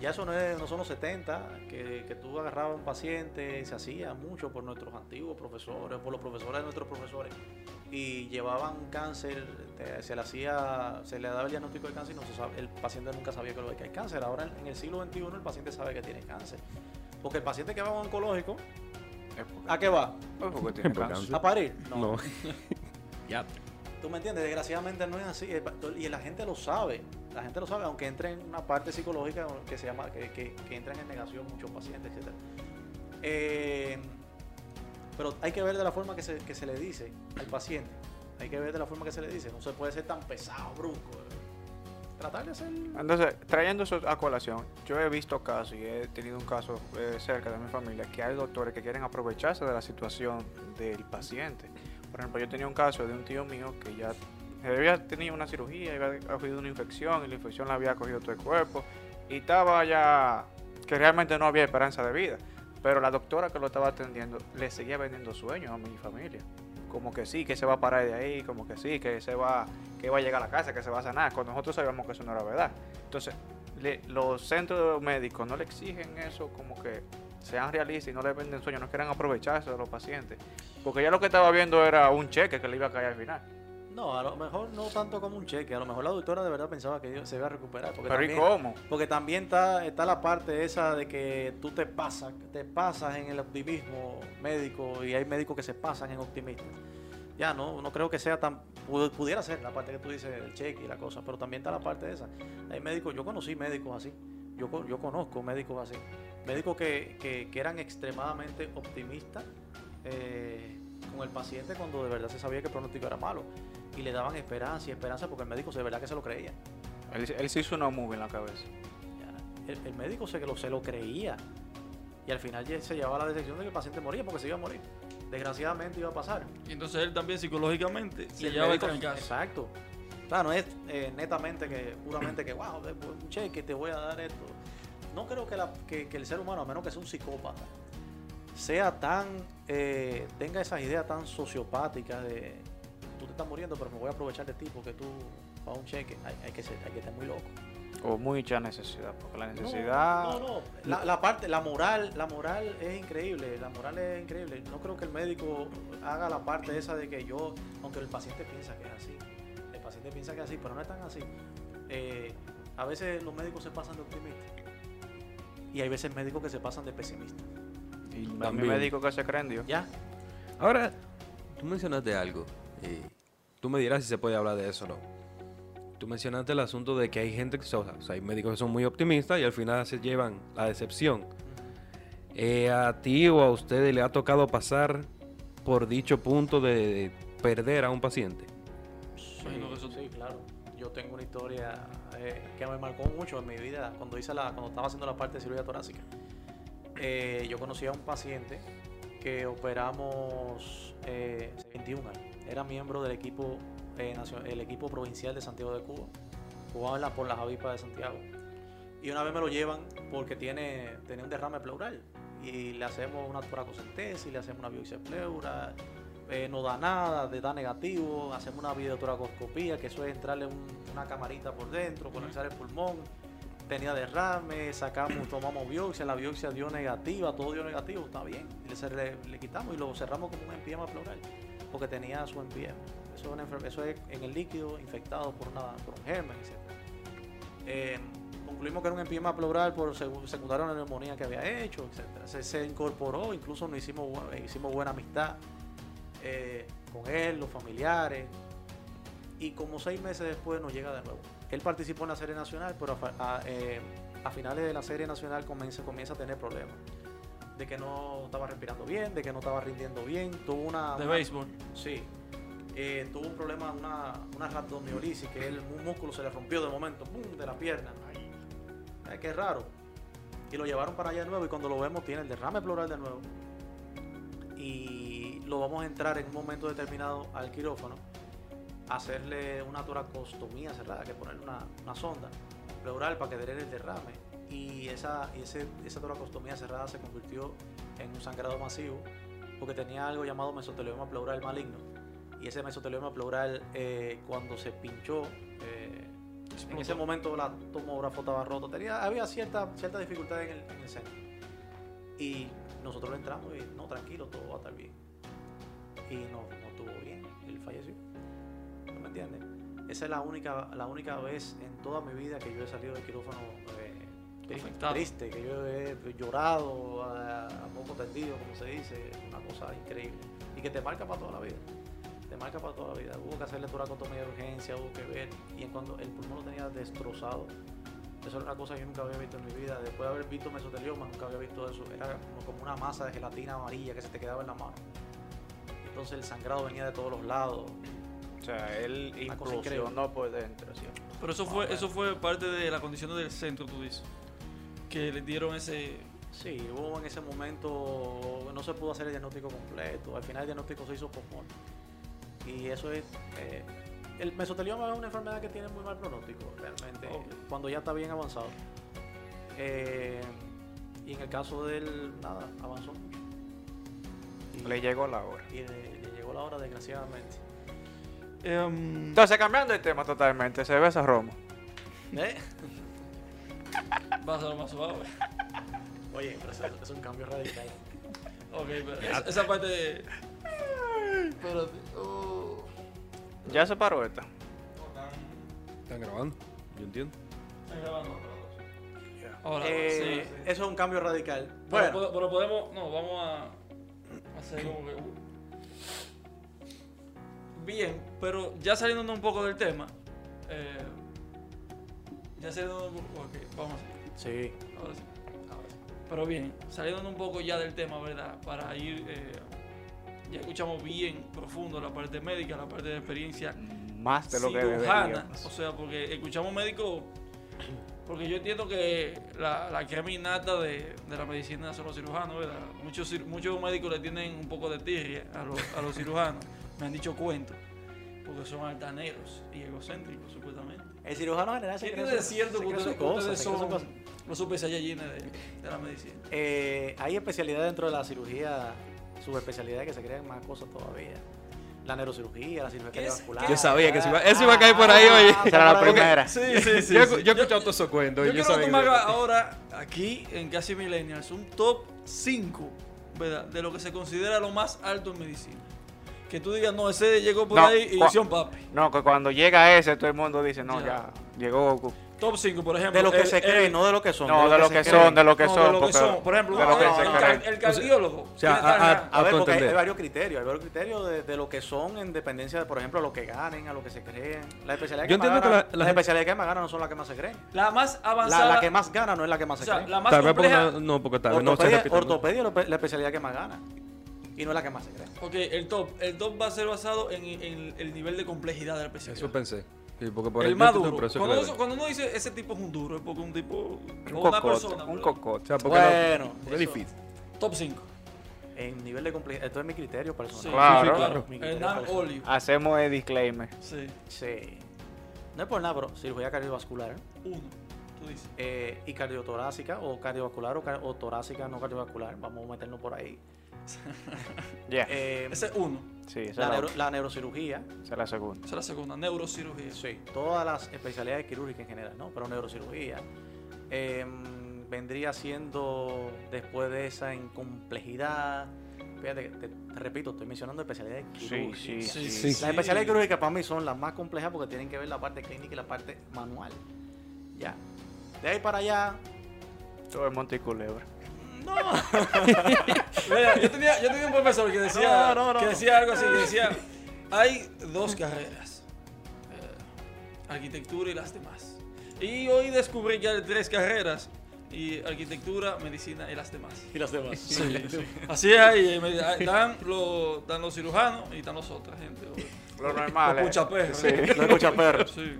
B: Ya eso no, es- no son los 70, que, que tú agarrabas a un paciente, se hacía mucho por nuestros antiguos profesores, por los profesores de nuestros profesores, y llevaban cáncer, eh, se le hacía, se le daba el diagnóstico de cáncer y no se sabe- el paciente nunca sabía que, lo, que hay cáncer. Ahora en el siglo XXI el paciente sabe que tiene cáncer. Porque el paciente que va a un oncológico,
C: Es porque-
B: ¿a qué va?
C: es porque tiene
D: porque
C: cáncer.
B: ¿A parir?
D: No. <laughs> ya.
B: Tú me entiendes, desgraciadamente no es así. el pa- Y la gente lo sabe. La gente lo sabe, aunque entre en una parte psicológica que se llama, que, que, que entran en negación muchos pacientes, etc. pero hay que ver de la forma que se, que se le dice al paciente. Hay que ver de la forma que se le dice. No se puede ser tan pesado, brusco. Tratar de ser.
C: Entonces, trayendo eso a colación, yo he visto casos y he tenido un caso eh, cerca de mi familia que hay doctores que quieren aprovecharse de la situación del paciente. Por ejemplo, yo tenía un caso de un tío mío que ya había tenido una cirugía, había cogido una infección y la infección la había cogido todo el cuerpo y estaba ya que realmente no había esperanza de vida. Pero la doctora que lo estaba atendiendo le seguía vendiendo sueños a mi familia. Como que sí, que se va a parar de ahí, como que sí, que se va, que va a llegar a la casa, que se va a sanar. Cuando nosotros sabíamos que eso no era verdad. Entonces, le- los centros médicos no le exigen eso como que sean realistas y no le venden sueños, no quieran aprovecharse de los pacientes. Porque ya lo que estaba viendo era un cheque que le iba a caer al final.
B: No, a lo mejor no tanto como un cheque. A lo mejor la doctora de verdad pensaba que se iba a recuperar. Porque
C: Pero ¿y
B: también-
C: cómo?
B: Porque también está, está la parte esa de que tú te pasas, te pasas en el optimismo médico y hay médicos que se pasan en optimistas. Ya no, no creo que sea tan, pu- pudiera ser la parte que tú dices el cheque y la cosa, pero también está la parte esa. Hay médicos, yo conocí médicos así, yo, co- yo conozco médicos así, médicos que, que- que eran extremadamente optimistas eh, con el paciente cuando de verdad se sabía que el pronóstico era malo y le daban esperanza y esperanza porque el médico de verdad que se lo creía.
C: Él, él se hizo una movie en la cabeza.
B: Ya, El, el médico se lo, se lo creía. Y al final ya se llevaba la decepción de que el paciente moría porque se iba a morir. Desgraciadamente iba a pasar.
A: Y entonces él también psicológicamente
B: Y
A: se
B: el
A: lleva el
B: médico-
A: trancazo.
B: Exacto. Claro, no es eh, netamente que, puramente que, wow, de- pues, un cheque, te voy a dar esto. No creo que, la- que- que el ser humano, a menos que sea un psicópata, sea tan, eh, tenga esas ideas tan sociopáticas de, tú te estás muriendo, pero me voy a aprovechar de ti porque tú, para un cheque, hay, hay que ser, hay que estar muy loco.
C: O mucha necesidad, porque la
B: No,
C: necesidad...
B: No, no, La, la parte, la moral, la moral es increíble, la moral es increíble. No creo que el médico haga la parte esa de que yo, aunque el paciente piensa que es así, el paciente piensa que es así, pero no es tan así. Eh, a veces los médicos se pasan de optimistas y hay veces médicos que se pasan de pesimistas.
C: Y mi
D: También.
C: médico que se cree en Dios.
B: Ya,
D: Ahora, tú mencionaste algo. Y tú me dirás si se puede hablar de eso o no. Tú mencionaste el asunto de que hay gente que son, o sea, hay médicos que son muy optimistas y al final se llevan la decepción. Eh, ¿A ti o a ustedes le ha tocado pasar por dicho punto de perder a un paciente?
A: Imagino que eso-
B: claro. yo tengo una historia eh, que me marcó mucho en mi vida cuando, hice la, cuando estaba haciendo la parte de cirugía torácica. Eh, yo conocí a un paciente que operamos eh, hace 21 años. Era miembro del equipo, eh, nacio- el equipo provincial de Santiago de Cuba. Jugaba en la- por las avispas de Santiago. Y una vez me lo llevan porque tiene, tenía un derrame pleural. Y le hacemos una toracocentesis, le hacemos una biopsia de pleura, eh, no da nada, de da negativo, hacemos una videotoracoscopía, que eso es entrarle un- una camarita por dentro, conectar el pulmón. Tenía derrame, sacamos, tomamos biopsia, la biopsia dio negativa, todo dio negativo, está bien. Le, cer- le- le quitamos y lo cerramos como un empiema pleural, porque tenía su empiema. Eso es, una enfer- eso es en el líquido infectado por, una, por un germen, etcétera. Eh, concluimos que era un empiema pleural por segu- secundario a la neumonía que había hecho, etc. Se, se incorporó, incluso nos hicimos, bu- hicimos buena amistad eh, con él, los familiares. Y como seis meses después nos llega de nuevo. Él participó en la serie nacional, pero a, fa- a, eh, a finales de la serie nacional comienza, comienza a tener problemas. De que no estaba respirando bien, de que no estaba rindiendo bien. Tuvo una...
A: de
B: una-
A: béisbol.
B: Sí. Eh, tuvo un problema, una, una rhabdomiolisis, que el, un músculo se le rompió de momento, ¡pum! de la pierna. Ay, qué raro. Y lo llevaron para allá de nuevo y cuando lo vemos tiene el derrame pleural de nuevo. Y lo vamos a entrar en un momento determinado al quirófano, a hacerle una toracostomía cerrada, que es ponerle una, una sonda pleural para que drene el derrame. Y esa, y ese- esa toracostomía cerrada se convirtió en un sangrado masivo porque tenía algo llamado mesotelioma pleural maligno. Y ese mesotelioma pleural, eh, cuando se pinchó, eh, en ese momento la tomógrafo estaba roto. Tenía, había cierta, cierta dificultad en el, en el centro. Y nosotros le entramos y no, tranquilo, todo va a estar bien. Y no, no estuvo bien, él falleció. ¿No me entiendes? Esa es la única, la única vez en toda mi vida que yo he salido del quirófano eh, tri-
A: Afectado.
B: triste, que yo he llorado a, a poco tendido, como se dice, una cosa increíble. Y que te marca para toda la vida te marca para toda la vida. Hubo que hacerle toracotomía de urgencia, hubo que ver. Y en cuanto el pulmón lo tenía destrozado, eso era una cosa que yo nunca había visto en mi vida. Después de haber visto mesotelioma, nunca había visto eso. Era como, como una masa de gelatina amarilla que se te quedaba en la mano. Entonces el sangrado venía de todos los lados.
C: O sea, él
B: Una cosa increíble.
C: implosionó por dentro. ¿sí?
A: Pero eso fue, eso fue parte de la condición del centro, tú dices. Que le dieron ese.
B: Sí, hubo en ese momento, no se pudo hacer el diagnóstico completo. Al final el diagnóstico se hizo pulmón. Y eso es. eh, el mesotelioma es una enfermedad que tiene muy mal pronóstico, realmente,
A: Ok.
B: cuando ya está bien avanzado. Eh, y en el caso del. Nada, avanzó mucho. Y,
C: Le llegó la hora.
B: y le- le llegó la hora, desgraciadamente.
A: em,
C: Entonces, cambiando de tema totalmente, se besa Romo.
B: ¿Eh?
A: <laughs> vas a lo más suave.
B: Oye, pero eso, eso es un cambio radical.
A: <laughs> Ok, pero es- esa parte de. Espérate. Oh.
C: Ya se paró esta.
D: Están grabando, yo entiendo.
A: Está grabando. Ahora,
B: Eh,
A: sí.
B: Eso es un cambio radical.
A: Pero,
B: Bueno,
A: pod- pero podemos. No, vamos a. a Hacer como que. uh. Bien, pero ya saliendo un poco del tema. Eh, ya saliendo un poco. Ok, vamos a
B: sí.
A: Ahora sí. Pero bien, saliendo un poco ya del tema, ¿verdad? Para ir, eh, ya escuchamos bien profundo la parte médica, la parte de experiencia
C: Más de lo que
A: cirujana.
C: deberíamos.
A: O sea, porque escuchamos médicos, porque yo entiendo que la, la crema innata de, de la medicina son los cirujanos, ¿verdad? Muchos, cir- muchos médicos le tienen un poco de tirria a los, a los cirujanos. Me han dicho cuentos, porque son altaneros y egocéntricos, supuestamente.
B: El cirujano general se
A: ¿Qué
B: cree
A: tiene de
B: su-
A: cierto
B: se
A: que
B: cree su
A: ustedes,
B: cosa,
A: ustedes
B: se cree su
A: son
B: cosa.
A: los super saiyajines de, de la medicina?
B: Eh, hay especialidades dentro de la cirugía, subespecialidades que se crean más cosas todavía. La neurocirugía, la cirugía
A: ¿Qué es-
B: cardiovascular.
D: Yo sabía que se iba- eso iba a caer por ahí, oye.
B: Ah,
C: Esa era la
B: porque-
C: primera.
A: Sí, <laughs> sí, sí.
D: yo,
A: sí.
D: yo he escuchado todos esos cuentos.
A: yo
D: Yo,
A: quiero
D: sabía
A: que
D: que
A: tú me hagas ahora, aquí en Casi Millennials, un top 5, ¿verdad? De lo que se considera lo más alto en medicina. Que tú digas, no, ese llegó por
C: No,
A: ahí y
C: cua-
A: hizo un papi.
C: No, que cuando llega ese, todo el mundo dice, no,
A: Ya.
C: ya, llegó Goku.
A: Top 5, por ejemplo.
B: De lo que
A: el-
B: se
A: el-
B: cree, no de lo que son.
C: No, de lo que
B: creen.
C: son, de lo que
A: no,
C: son.
A: de lo que
C: porque-
A: son. Por ejemplo,
C: de lo
A: no,
C: que
A: no,
C: se
A: el,
C: creen.
A: car- el cardiólogo.
D: o sea,
A: tiene tal-
D: a- a-
B: A ver, porque hay,
D: Autoentender.
B: hay varios criterios, hay varios criterios de, de lo que son en dependencia de, por ejemplo, a lo que ganen, a lo que se creen. Las
D: Yo
B: especialidades, que, más
D: entiendo que
B: ganan-
D: la- la
B: las
D: gente-
B: especialidades que más ganan no son las que más se creen.
A: la más
B: La,
A: avanzada.
B: la que más gana no es la que más
A: o
B: se
A: sea,
B: cree.
A: la más
D: Tal vez porque
A: compleja.
D: no, no, porque tal vez no se
B: ortopedia,
D: repite.
B: ortopedia es la- la especialidad que más gana y no es la que más se cree.
A: Ok, el top. El top va a ser basado en, en el nivel de complejidad de la especialidad.
D: Eso pensé. Sí, porque por
A: el
D: ahí-
A: más
D: yo te-
A: duro.
D: pero eso es
A: Cuando,
D: claro.
A: eso- cuando uno dice ese tipo es un duro, es porque un tipo.
C: Un
A: o una
C: cocote,
A: persona.
C: un
A: pero-
D: O
C: cocote.
D: sea, porque
B: Bueno,
D: la- porque es
A: eso.
D: difícil.
A: Top 5.
B: En nivel de complejidad, esto es mi criterio personal.
A: Sí,
C: Claro.
A: sí, claro.
B: Mi criterio
A: Hernán
B: personal.
A: Olive.
C: Hacemos el disclaimer.
A: Sí,
B: Sí. No es por nada, pero cirugía cardiovascular
A: uno. Tú dices.
B: eh, y cardiotorácica o cardiovascular o, car- o torácica no cardiovascular, vamos a meternos por ahí.
C: Ya.
B: Eh,
A: Ese es uno.
C: sí, esa
B: la,
C: es la,
B: neuro- la neurocirugía,
C: esa es la segunda.
A: Esa es la segunda. Neurocirugía.
B: sí, todas las especialidades quirúrgicas en general, ¿no? Pero neurocirugía eh, vendría siendo después de esa en complejidad. Fíjate, que te, te repito, estoy mencionando especialidades
C: Sí,
B: quirúrgicas.
C: sí, sí.
A: Sí.
B: Las especialidades quirúrgicas para mí son las más complejas porque tienen que ver la parte clínica y la parte manual. Ya. De ahí para allá.
C: Todo el monte y culebra.
A: No. Mira, yo, tenía, yo tenía un profesor que decía,
B: No, no, no.
A: que decía algo así, que decía, hay dos carreras, eh, arquitectura y las demás. Y hoy descubrí que hay tres carreras, y arquitectura, medicina y las demás.
B: Y las demás.
A: Así hay, eh, me- hay- dan, los- dan los cirujanos y dan los otras gente. o-
C: Lo normal.
A: o
C: eh.
A: cuchaperros.
C: Sí.
B: Lo escucha perro.
A: Sí.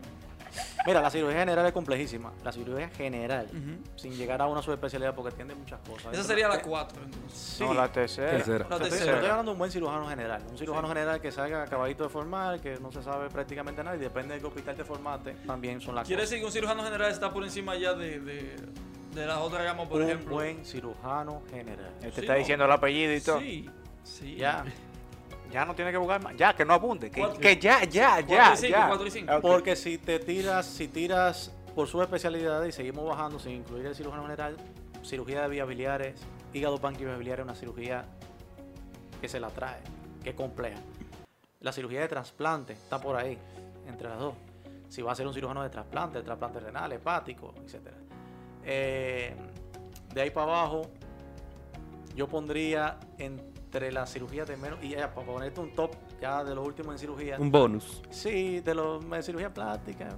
B: Mira, la cirugía general es complejísima. La cirugía general.
A: Ujú.
B: Sin llegar a una subespecialidad porque atiende muchas cosas.
A: Esa sería la cuatro, entonces.
B: Sí.
C: No, la tercera.
D: Tercera.
A: La
B: O sea, estoy-
A: tercera.
B: Estoy hablando de un buen cirujano general. Un cirujano general que salga acabadito de formar, que no se sabe prácticamente nada y depende de qué hospital te formaste, también son las
A: Quiere
B: cosas.
A: decir que un cirujano general está por encima ya de, de, de las otras gamas, por
B: un
A: ejemplo.
B: buen cirujano general.
C: Él te
A: Sí,
C: Este está
A: no.
C: diciendo el apellido y todo.
A: Sí, sí.
B: Ya.
C: Ya no tiene que buscar más. Ya, que no apunte. Que,
A: Cuatro.
C: que ya, ya,
A: Cuatro y
C: ya.
A: cinco,
C: ya.
A: cuatro y cinco.
C: Ah, ok.
B: Porque si te tiras, si tiras por su especialidad y seguimos bajando sin incluir el cirujano general, cirugía de vías biliares, hígado panquilobiliar es una cirugía que se la trae, que es compleja. La cirugía de trasplante está por ahí, entre las dos. Si va a ser un cirujano de trasplante, trasplante renal, hepático, etc. de ahí para abajo, yo pondría entre las cirugías de menos, y ya para ponerte un top ya de lo último en cirugía,
D: Un bonus.
B: Sí, de los de cirugía plástica.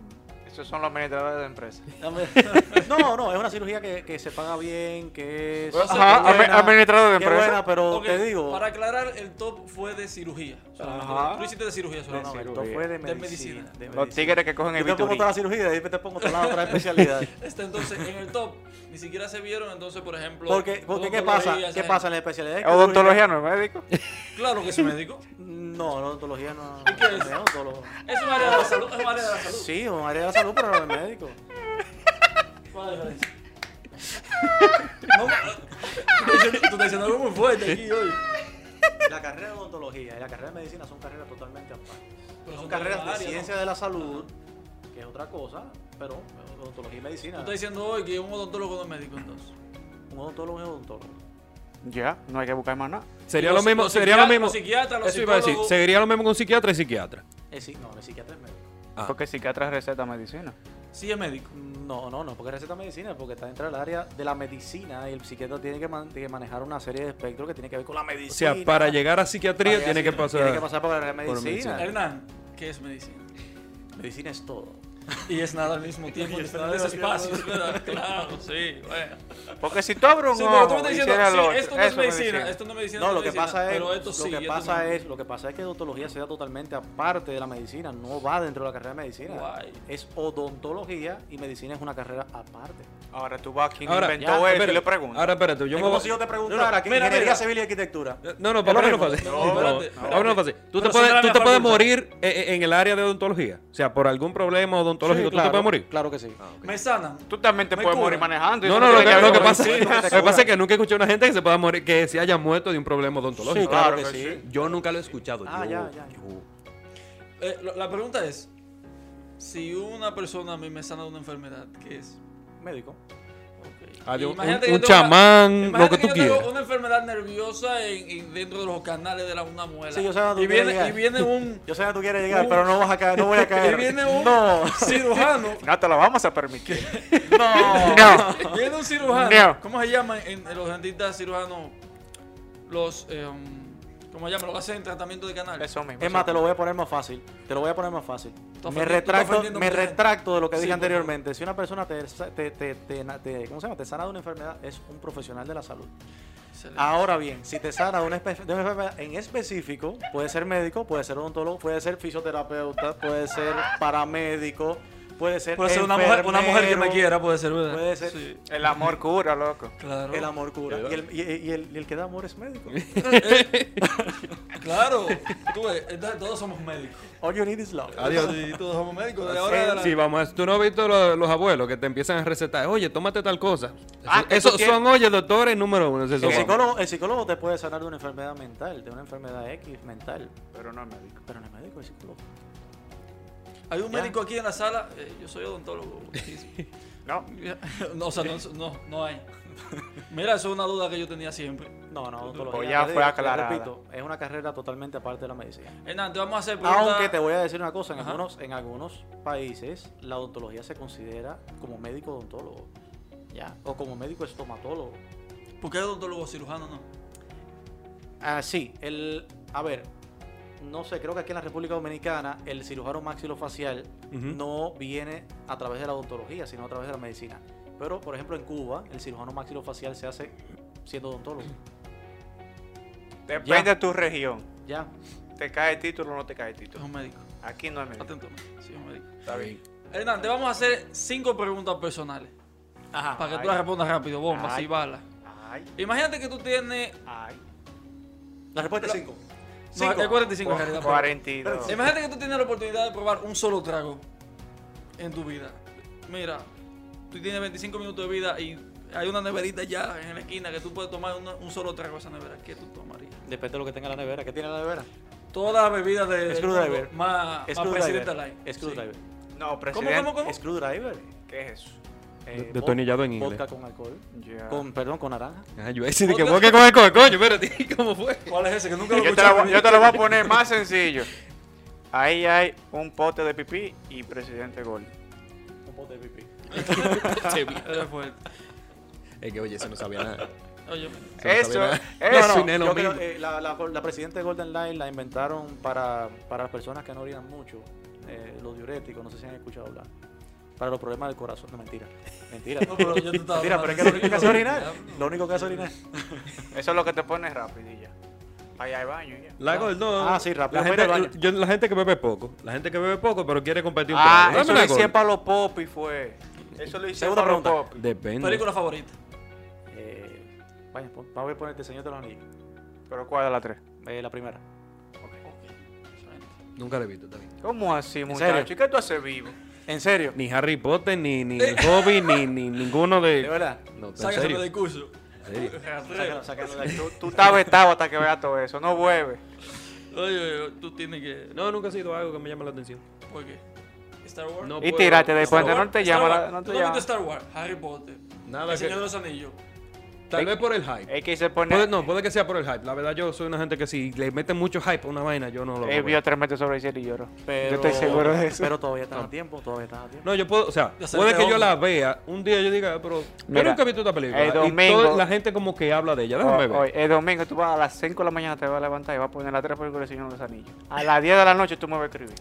C: Esos son los administradores de empresas. <laughs>
B: No, no, es una cirugía que, que se paga bien, que es.
A: Pero eso
C: Ajá,
A: que
C: ame-
B: buena,
C: administrador de
B: que es
C: empresas.
B: buena, pero
A: Ok,
B: te digo.
A: Para aclarar, el top fue de cirugía. solamente.
C: Ajá.
A: Tú hiciste de cirugía
B: No,
A: solamente.
B: no, esto
C: cirugía.
B: fue
A: De
B: de medicina.
A: medicina.
B: de
C: Los
B: medicina.
C: tigres que cogen el
B: Yo te pongo
C: bisturí.
B: toda la cirugía y después te pongo toda la otra <laughs> especialidad.
A: Este, entonces, en el top ni siquiera se vieron, entonces, por ejemplo.
B: Porque, porque ¿qué pasa?
A: odontología,
B: ¿Qué
A: esa
B: pasa en la
A: <laughs>
B: especialidad?
C: Odontología no es médico.
A: gente. Claro que es médico.
B: No, la odontología no.
A: ¿Y qué es?
B: no odontólogo.
A: Es un área de la salud. Es un área de la salud.
B: Sí, es un área de la salud, pero no es médico.
A: ¿Cuál es la diferencia? No, eh, tú estás diciendo- tú estás diciendo algo muy fuerte aquí hoy.
B: La carrera de odontología y la carrera de medicina son carreras totalmente aparte.
A: Pero
B: Son
A: son
B: carreras de
A: áreas, ¿no?
B: ciencia de la salud, que es otra cosa, pero odontología y
A: Tú
B: medicina.
A: estás diciendo hoy que un odontólogo no es médico, entonces.
B: Un odontólogo es un odontólogo.
C: Ya, no hay que buscar más nada.
D: Sería
A: Los-
D: lo mismo,
A: los
D: sería lo
A: psiquiatras-
D: mismo.
A: los psiquiatras, los
D: Eso iba a decir,
A: psicólogos.
D: sería lo mismo con psiquiatra y psiquiatra.
B: Eh, sí, no, el psiquiatra es médico.
D: Ah.
C: Porque psiquiatras receta medicina.
A: Sí, es médico.
B: No, no, no, porque receta medicina, porque está dentro del área de la medicina y el psiquiatra tiene que, man- tiene que manejar una serie de espectros que tiene que ver con la
D: O
B: medicina.
D: sea, para llegar a psiquiatría
B: Para
D: tiene que
B: llegar a
D: pasar.
B: psiquiatría, Tiene que pasar por la área de
D: por
B: medicina.
D: medicina.
A: Hernán, ¿qué es medicina?
B: Medicina es todo.
A: <laughs> Y es nada al mismo tiempo,
B: Y
A: ni
B: es
A: nada
B: nada
A: de
B: al
A: esos
B: mismo
A: espacios, ¿verdad? <laughs> Claro, sí,
D: <laughs>
A: bueno.
C: Porque si tú abres un
A: Sí, pero tú me
C: ojo
A: estás
C: y
A: diciendo,
C: cierras
A: sí,
C: el otro,
A: esto no es
C: eso
A: medicina, esto no es medicina,
B: No,
A: esto
B: lo que
A: medicina,
B: pasa es,
A: pero esto sí,
B: lo que
A: esto
B: pasa
A: no.
B: es, lo que pasa es que odontología se da totalmente aparte de la medicina, no va dentro de la carrera de medicina.
A: Guay.
B: Es odontología y medicina es una carrera aparte.
C: Ahora tú vas a quien
D: Ahora,
C: inventó
B: ya,
C: eso
D: espérate,
C: y le preguntas.
D: Ahora espérate, yo
B: es
D: me
B: como
D: voy.
B: si yo te
A: No, no,
B: preguntara que
A: mira,
B: ingeniería
A: mira.
B: civil y arquitectura.
D: No, no, para
B: Es
D: mí
B: lo
D: no es fácil.
A: mismo.
D: No,
A: No,
D: no,
A: espérate,
D: ahora no es fácil. Tú
A: Pero
D: te
A: son de la
D: puedes, tú te
A: misma
D: puedes
A: facultad.
D: morir eh, eh, en el área de odontología. O sea, por algún problema odontológico,
B: Sí,
D: tú te puedes morir.
B: Claro que sí.
A: Me sanan.
C: Tú también te
A: Me
C: puedes
A: cura.
C: morir manejando. y
D: No,
C: eso
D: no, lo
C: tiene
D: que, lo que
C: ver con
D: pasa,
C: medicina.
B: medicina,
D: lo
B: te
D: que pasa
B: cura.
D: es que nunca escuché a una gente que se pueda morir, que se haya muerto de un problema
B: Sí,
D: odontológico.
B: claro,
C: Claro
B: que
C: que
B: sí.
D: Yo nunca lo he escuchado.
B: Ah,
D: yo,
B: ya, ya, ya.
D: yo.
A: Eh, lo- la pregunta es, si una persona a mí me sana de una enfermedad, ¿qué es?
B: Médico.
A: Ok.
D: Adiós,
A: Imagínate
D: Ah, un-
A: que yo
D: un
A: tengo una-
D: chamán,
A: imagínate
D: Mm, lo que tú
A: yo tengo
D: quieras.
A: una enfermedad nerviosa en- en- dentro de los canales de la una muela.
B: Sí, yo sé a dónde
A: y, viene,
B: llegar.
A: y viene
B: <laughs>
A: un...
B: Yo sé que tú quieres llegar, pero no vas a caer, no
A: <laughs>
B: voy a
A: y
B: caer.
A: viene un
B: No, <laughs>
A: cirujano
C: No te la vamos a
D: <laughs>
C: permitir.
B: no.
C: No.
A: Viene un cirujano.
C: No.
A: ¿Cómo se llaman en, en los dentistas cirujanos? Los. eh, um, Como llaman, lo que hacen en tratamiento de canal.
C: <laughs> Eso mismo.
B: Es más, te lo voy a poner más fácil. Te lo voy a poner más fácil. Me
A: ofendiendo- tú
B: retracto,
A: ofendiendo
B: me
A: mucha gente.
B: retracto de lo que
A: Sí,
B: dije
A: por favor.
B: anteriormente. Si una persona te, te, te- te- te- ¿cómo se llama? te sana de una enfermedad, es un profesional de la salud.
A: Excelente.
B: Ahora bien, si te sana de una, espe- de una enfermedad en específico, puede ser médico, puede ser odontólogo, puede ser fisioterapeuta, puede ser paramédico, puede ser.
A: Puede ser una mujer, una mujer que me
B: enfermero.
A: quiera, puede ser, ¿verdad?
B: Puede ser.
A: Sí,
C: El amor cura, loco.
A: claro.
B: El amor cura. Y el, y, y el, y el que da amor es <laughs> médico. <laughs>
A: Claro. Tú ves, entonces todos somos médicos.
B: All you need is love.
E: Adiós. Sí, todos somos médicos. De ahora
B: Sí,
E: en
D: Sí, vamos, a- tú no has visto lo- los abuelos que te empiezan a recetar, oye, tómate tal cosa.
C: Ah, que tú
D: Esos
C: quieres-
D: son, oye, doctores número uno. esos
B: El
D: son.
B: psicólogo, el psicólogo te puede sanar de una enfermedad mental, de una enfermedad X mental.
C: Pero no es médico.
B: Pero no es médico, es psicólogo.
A: Hay un
B: Ya.
A: médico aquí en la sala. eh, yo soy odontólogo.
C: No.
A: No, <laughs> o sea, no, no, no hay. Mira, eso es una duda que yo tenía siempre.
B: No, no, odontología,
C: Pues ya
B: te
C: fue
B: digo,
C: aclarada.
B: te Repito, es una carrera totalmente aparte de la medicina.
A: Hernán, te vamos a hacer preguntas.
B: Aunque te voy a decir una cosa, en
A: Ajá.
B: algunos, en algunos países la odontología se considera como médico odontólogo. Ya. O como médico estomatólogo.
A: ¿Por qué odontólogo cirujano no?
B: Ah, sí, el. A ver, no sé, creo que aquí en la República Dominicana el cirujano maxilofacial no viene a través de la odontología, sino a través de la medicina. Pero, por ejemplo, en Cuba, el cirujano maxilofacial se hace siendo odontólogo.
C: Depende
B: Ya.
C: de tu región.
B: Ya.
C: Te cae el título o no te cae el
A: Es
C: título.
A: un médico.
C: Aquí no es médico.
A: Atento. Sí, es un médico.
C: Está bien.
A: Hernán, te vamos a hacer cinco preguntas personales.
C: Ajá.
A: Para que tú las respondas rápido, bombas
C: Ay.
A: y balas.
C: Ay,
A: Imagínate que tú tienes.
C: ay.
B: La respuesta es 5.
A: No, es 45 en realidad. pero-
C: 42.
A: Imagínate que tú tienes la oportunidad de probar un solo trago en tu vida. Mira, tú tienes 25 minutos de vida y hay una neverita ya en la esquina que tú puedes tomar una- un solo trago de esa nevera. ¿Qué tú tomarías?
B: Depende de lo que tenga la nevera. ¿Qué tiene la nevera?
A: Todas las bebidas de. del
B: Screwdriver.
A: mundo
B: Ah,
A: Más, más Presidente
B: Screwdriver. Eh,
A: Light.
B: Screwdriver.
C: No,
A: ¿Cómo,
C: presidente.
A: cómo, cómo?
B: Screwdriver.
C: ¿Qué es eso?
B: Eh,
D: detornillado en
B: vodka
D: inglés.
B: Vodka con alcohol.
C: Ya.
B: Con, perdón, con naranja.
D: Ah, yo decía que vos que coges coño, coño, espérate, <laughs> ¿cómo fue?
A: ¿Cuál es ese? Que nunca lo
C: <laughs> Yo te, la, voy- yo te lo voy a poner más sencillo. Ahí hay un pote de pipí y presidente gol.
B: Un pote de pipí.
A: <laughs> Eres fuerte.
D: es que oye, eso no sabía nada.
A: Oye,
D: Eso no
C: Eso, eh,
D: sabía nada.
C: eso.
D: No, no. es lo
B: yo creo,
D: mismo.
B: eh, la, la, la presidenta de Golden Line la inventaron para, para las personas que no orinan mucho, eh, los diuréticos, no sé si han escuchado hablar. Para los problemas del corazón. No, mentira. Mentira.
A: no, pero yo te estaba.
B: Mentira, pero es que lo único que hace es orinar. Lo único que hace es orinar.
C: Eso es lo que te pones rápido y ya. Ahí hay baño y ya.
D: La gol, no.
B: Ah, sí, rápido,
D: La
B: fuera del
D: gente,
B: baño.
D: yo- la gente que bebe poco, la gente que bebe poco, pero quiere compartir un
C: Ah,
D: trago.
C: eso
D: Dame
C: lo
D: la
C: hice
D: gol.
C: para los popis, fue. Eso lo hice
B: Segunda
C: para los
B: pregunta.
C: popis.
D: Depende.
A: Película favorita.
B: Eh, vaya, pon- vamos a ponerte Señor de los Anillos.
C: Pero ¿cuál de las tres?
B: Eh, la primera.
A: Ok, excelente.
D: Nunca la he visto, está bien.
C: ¿Cómo así, muchacho?
B: serio?
C: ¿Y qué tú haces vivo?
B: ¿En serio?
D: Ni Harry Potter, ni, ni el Hobby, ni, <laughs> ni ninguno de.
B: ¿De verdad?
D: No, en
A: Sácaselo
D: serio.
A: del curso. <laughs>
D: en serio.
B: Sácalo, sácalo de <laughs> aquí.
C: Tú, tú estás vetado hasta que veas todo eso. No vuelves.
A: Oye, oye, tú tienes que.
D: No, nunca ha sido algo que me llame la atención.
A: ¿Por qué? Star Wars.
D: No pues,
C: Y
D: puedo.
C: tírate del
A: Star
C: puente.
A: Wars,
C: Eh, pues, No te
A: Star
C: llama
A: Wars.
C: la- no
A: ¿Tú
C: te
A: has visto
C: llama.
A: Star Wars, Harry Potter,
D: Nada
A: El
D: que-
A: Señor de los Anillos.
D: Tal vez por el hype.
C: Es que se
D: Puede-
C: pone.
D: no, puede que sea por el hype. La verdad, yo soy una gente que si le meten mucho hype a una vaina, yo no lo
C: Él
D: veo.
C: vio tres metros sobre el cielo y lloró.
B: Pero,
C: Yo estoy seguro de eso.
B: Pero todavía está a tiempo, todavía está a tiempo.
D: No, yo puedo, o sea,
A: De hacerte
D: puede que yo
A: hombre.
D: la vea, un día yo diga, "Ah, pero
C: Mira,
D: yo nunca he visto esta película.
C: el domingo-
D: y toda la gente como que habla de ella, déjame ver.
C: Hoy- hoy, el domingo tú vas a las 5 de la mañana, te vas a levantar y vas a poner las tres películas del Señor de los Anillos. A las 10 de la noche tú me vas a escribir.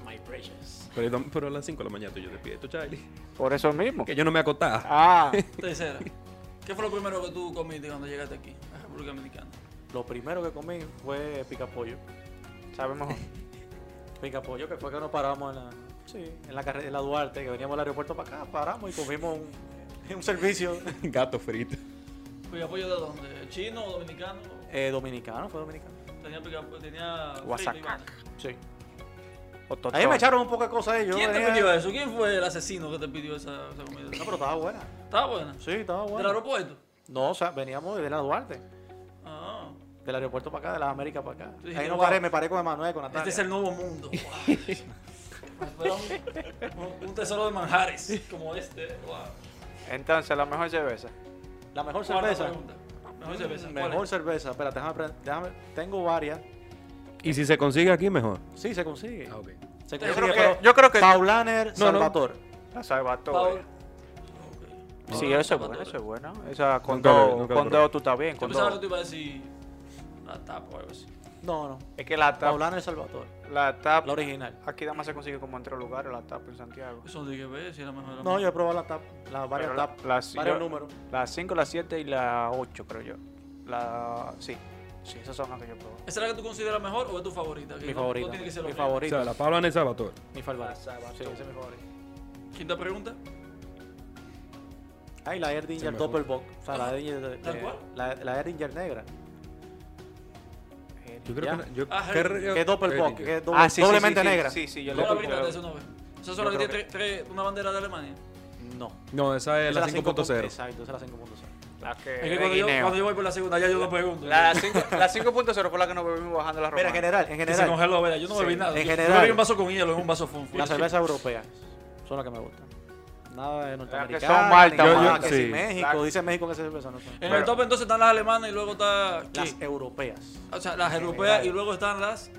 D: Pero, el dom- pero a las 5 de la mañana estoy yo despierto, Charlie. <laughs>
C: Por eso mismo.
D: Que yo no me acostaba.
C: <laughs> Ah,
A: Tercera. ¿Qué fue lo primero que tú comiste cuando llegaste aquí, a República Dominicana?
B: Lo primero que comí fue pica pollo.
C: sabes mejor.
B: Pica pollo, que fue que nos paramos en la, sí, en la, carre- en la Duarte, que veníamos al aeropuerto para acá, paramos y comimos un, <laughs> un servicio
D: <laughs> Gato frito.
A: ¿Pica pollo de dónde? ¿Chino o dominicano?
B: eh, dominicano, fue dominicano.
A: Tenía pica pues, tenía frito y
C: Guasacaca.
A: vaina.
B: Sí.
C: O
B: Ahí
C: totón.
B: me echaron un poco de cosas ellos.
A: ¿Quién te
B: venía-
A: pidió eso? ¿Quién fue el asesino que te pidió esa, esa comida?
B: No, pero estaba buena.
A: ¿Estaba buena?
B: Sí, estaba
A: ¿Del
B: buena.
A: aeropuerto?
B: No, o sea, veníamos de la Duarte,
A: Ah.
B: del aeropuerto para acá, de las Américas para acá.
A: Tú dijiste,
B: Ahí no
A: "Wow".
B: paré, me paré con Emanuel, con Natalia.
A: Este es el nuevo
C: <laughs>
A: mundo. Wow. Me espera un, un tesoro de manjares como este. Wow.
C: Entonces, la mejor cerveza.
B: La mejor
A: Cuarta
B: cerveza.
A: pregunta. Mejor cerveza. ¿Cuál
B: Mejor
A: es?
B: cerveza. Espérate, déjame, pre- déjame- Tengo varias.
D: Y si se consigue aquí, mejor.
B: Sí, se consigue.
D: Ah,
B: Se
C: Yo
B: consigue,
C: creo que.
B: pero-
C: Yo creo que
B: Paulaner
D: no.
B: Salvatore.
C: la
A: Paul.
C: Salvatore.
A: Ok. Paul
C: Sí, eso es bueno,
A: Salvatore.
C: eso es bueno. Esa con
D: Nunca lo-
C: dos,
D: nunca lo
C: con
D: probé.
C: dos tú estás bien,
A: Yo
C: con
A: pensaba que
C: dos.
A: tú ibas a decir una tapa o algo así.
B: No, no.
C: Es que la TAP.
B: Paulana El Salvador.
C: La TAP.
B: La original.
C: Aquí nada más se consigue como en tres lugares la TAP en Santiago.
A: Eso dije, ve, si era mejor. era
B: No,
A: mejor.
B: yo he probado la TAP. La varias
C: Pero la-
B: TAP.
C: las-
B: varios
C: yo-
B: números.
C: La 5, la 7 y la 8, creo yo. La. Sí. Sí, esas son las que yo probé.
A: ¿Esa es la que tú consideras mejor o es tu favorita? Que
B: Mi
A: no- no
B: favorita.
A: tiene que ser
B: mi
A: lo mismo.
D: O
B: favorita.
D: sea, la Paula en Salvatore.
B: Mi favorita. Sí,
C: Sí.
B: esa es mi favorita.
A: Quinta pregunta.
B: Ay, la Erdinger
D: me
B: Doppelbock. O sea, Ah. la
A: Ajá.
B: Erdinger. de-
A: ¿La
B: de-
A: cuál?
B: La, E-, la Erdinger negra.
D: Yo creo
B: Ya.
D: que. Yo,
A: Ah,
D: ¿qué-
A: Heringer.
B: Que es Doppelbock.
D: Heringer?
B: Que es
C: Ah,
B: doble-
C: sí, sí,
B: doblemente
C: sí, sí,
B: negra.
C: Sí, sí, yo
A: Yo
C: le
A: la
C: yo-
A: ahorita de eso no ve. Esas son
C: Yo
A: las que tiene
C: creo
A: tres- tres- una bandera de Alemania.
B: No.
D: No, esa es
B: Esa
D: la
B: es
D: 5.0.
B: Exacto, esa es la 5.0.
C: La que.
A: Es que
C: de
A: cuando yo,
C: guineo.
A: cuando yo voy por la segunda, ya yo no pregunto.
C: La cinco- la 5.0 fue la que nos bebimos bajando la ropa.
B: Mira, en general, en
A: Que se
B: general.
A: congeló, ¿verdad? Yo no bebí nada.
B: en
A: Yo-
B: general.
A: Yo bebí un vaso con hielo, en un vaso fun.
B: Las cervezas europeas son las que me gustan. Nada de norteamericana.
C: son Malta,
B: ni
D: Malta.
B: nada, que
D: Sí.
B: si México,
C: La-
B: dice México que esas cervezas no son.
A: En el
C: Pero-
A: top entonces están las alemanas y luego está... ¿qué?
B: Las europeas.
A: O sea, las europeas
B: general.
A: y luego están las...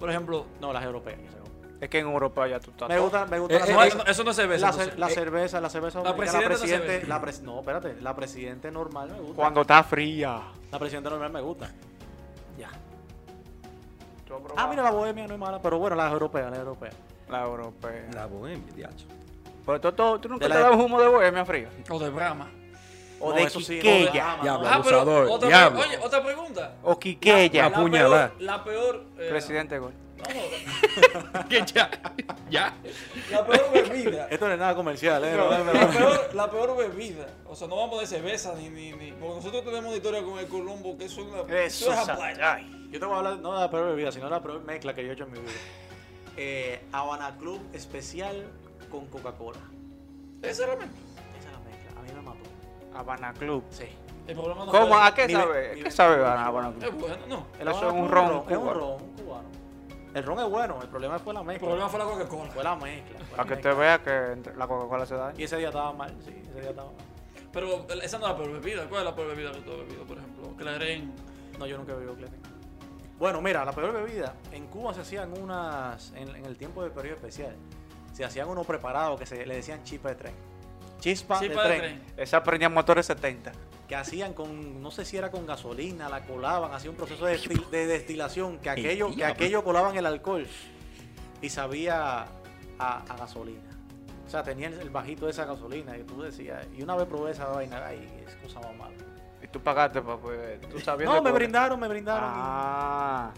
A: Por ejemplo...
B: No, las europeas. que se gustan.
C: Es que en Europa ya tú estás.
B: Me gusta, me gusta
D: Eh,
B: la
D: eh,
A: No,
B: cerveza.
A: eso, eso no es cerveza.
B: La,
A: entonces.
B: cer- la cerveza, la cerveza
A: eh, La
B: dominicana, la
A: presidenta no se
B: presidente,
A: ve.
B: la pres- no, espérate, la presidente normal me gusta.
C: Cuando está fría.
B: La presidenta normal me gusta. Ya.
C: Tú has
B: Ah,
C: probado
B: mira, la bohemia no es mala, pero bueno, las europeas, las europeas.
C: La europea.
D: La bohemia, diacho.
C: Pero tú, tú, tú nunca
B: De
C: te
B: la-
C: dabas humo de bohemia fría.
A: O de Brahma.
C: O
B: No,
C: de
B: eso sí,
C: Quiqueya.
B: no, Brahma,
D: Diablo.
B: no.
A: Ah, pero...
D: abusador,
A: Otra, pre-
D: diablo.
A: oye, otra pregunta.
C: O Quiqueya.
D: La- apuñalada.
A: peor- La peor... eh,
C: Presidente Gol.
A: no jodas.
D: ¿Qué ya? ¿Ya?
A: La peor
C: <laughs>
A: bebida.
B: Esto no es nada comercial, eh. no, no, no.
A: <laughs> la, peor, la peor bebida. O sea, no vamos de cerveza ni. ni, ni porque nosotros tenemos una historia con el Colombo que es una.
C: Eso,
A: es
C: sa-
A: apaya.
C: ay.
B: Yo te voy a hablar no de la peor bebida, sino de la peor mezcla que yo he hecho en mi vida. Eh, Habana Club especial con Coca-Cola.
A: Esa era mejor.
B: Esa es la mezcla. A mí me mató.
C: Habana Club.
B: Sí.
A: El problema no
C: ¿Cómo? Ah,
A: fue-
C: ¿A qué
B: Nivel-
C: sabe? ¿Qué
B: nivel-
C: sabe Habana Club?
A: Es bueno, no.
B: El
C: Eso es
B: Habana
C: un
B: Club
C: ron
B: Es un
C: cubano.
B: ron un cubano. El ron es bueno, el problema fue la
A: El
B: mezcla.
A: problema fue la Coca-Cola.
B: Fue la mezcla. fue la
C: Para que
B: mezcla.
C: usted vea que entre- la Coca-Cola se da.
B: Y ese día estaba mal, sí, ese día estaba mal.
A: Pero esa no es la peor bebida. ¿Cuál es la peor bebida que tú has bebido, por ejemplo? Claren.
B: No, yo nunca he bebido Cleten. Bueno, mira, la peor bebida. En Cuba se hacían unas. En, en el tiempo del periodo especial. Se hacían unos preparados que se le decían chispa de tren. Chispa,
A: Chispa
B: de,
A: de
B: tren,
A: tren.
C: Esa prendía motores 70.
B: Que hacían con. No sé si era con gasolina, la colaban, hacía un proceso de, destil- de destilación. Que aquello, que
D: diablo.
B: aquello colaban el alcohol. Y sabía a, a gasolina. O sea, tenía el, el bajito de esa gasolina. Y tú decías. Y una vez probé esa vaina. Ay, es cosa más mala.
C: Y tú pagaste para poder. Tú sabías
B: No,
C: de
B: me
C: Coca-
B: brindaron, me brindaron. y-
C: Ah.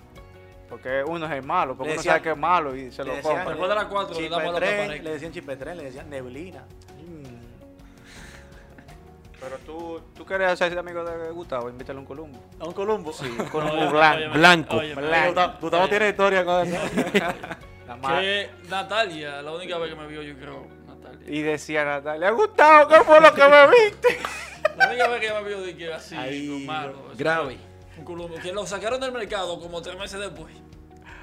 C: Porque uno es el malo. Porque
B: Le
C: uno
B: decían-
C: sabe que es malo y se
B: Le
C: lo
B: decían-
C: compra.
A: Después de las cuatro, le
B: Chip
A: damos a la
B: de tren,
A: papareca.
B: Le decían chip de tren, le decían neblina.
C: Pero tú, tú querías ser amigo de Gustavo. Invítale un Columbo.
B: A un Columbo.
C: Un Columbo
A: Oye,
C: blanco.
A: oye,
D: blanco,
A: oye,
C: blanco.
A: oye,
B: Gustavo
A: oye,
B: tiene historia con eso.
C: <laughs> La madre.
A: Que Natalia, la única vez que me vio, yo creo. Natalia.
C: Y decía Natalia, Gustavo, ¿qué fue lo que me <laughs> viste?
A: La única vez que me vio, dije así,
B: Ay,
A: con malo. eso
D: Grave.
A: fue un Colombo, Que lo sacaron del mercado como tres meses después.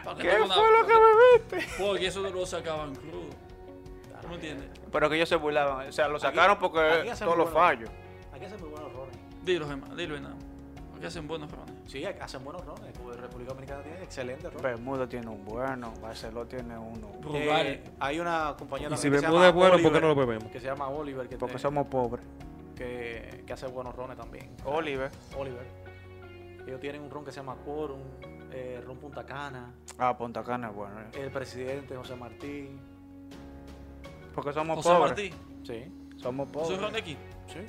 A: Para que
C: ¿Qué
A: tenga una-
C: fue lo que me viste?
A: Porque eso lo sacaban crudo. ¿Tú me entiendes?
C: Pero que ellos se burlaban. O sea, lo sacaron
B: aquí
C: porque
B: hacen
C: todos los
B: burla.
C: fallos.
B: <laughs> Aquí hacen muy buenos rones.
A: Dilo, Gemma, dilo, Hernán. Porque hacen buenos rones.
B: Sí, aquí hacen buenos rones. Cuba- República Dominicana tiene excelentes rones.
C: Bermuda tiene un bueno, Barcelona tiene uno.
B: Eh,
A: Brugal.
B: hay una compañera
D: Y si
B: que se
D: Bermuda
B: llama
D: es bueno, ¿por qué
B: Oliver,
D: no lo bebemos?
B: Que se llama Oliver, que,
C: Porque
B: te-
C: somos pobres.
B: que, que hace buenos rones también.
C: Oliver.
B: Oliver. Ellos tienen un ron que se llama Corum, eh, Ron Punta Cana,
C: Ah, Punta Cana es bueno. eh.
B: el presidente José Martí.
C: Porque somos
A: José
C: pobres.
A: Martí,
B: Sí,
C: Somos
A: ¿eso es ron
C: pobres.
A: de aquí?
B: sí.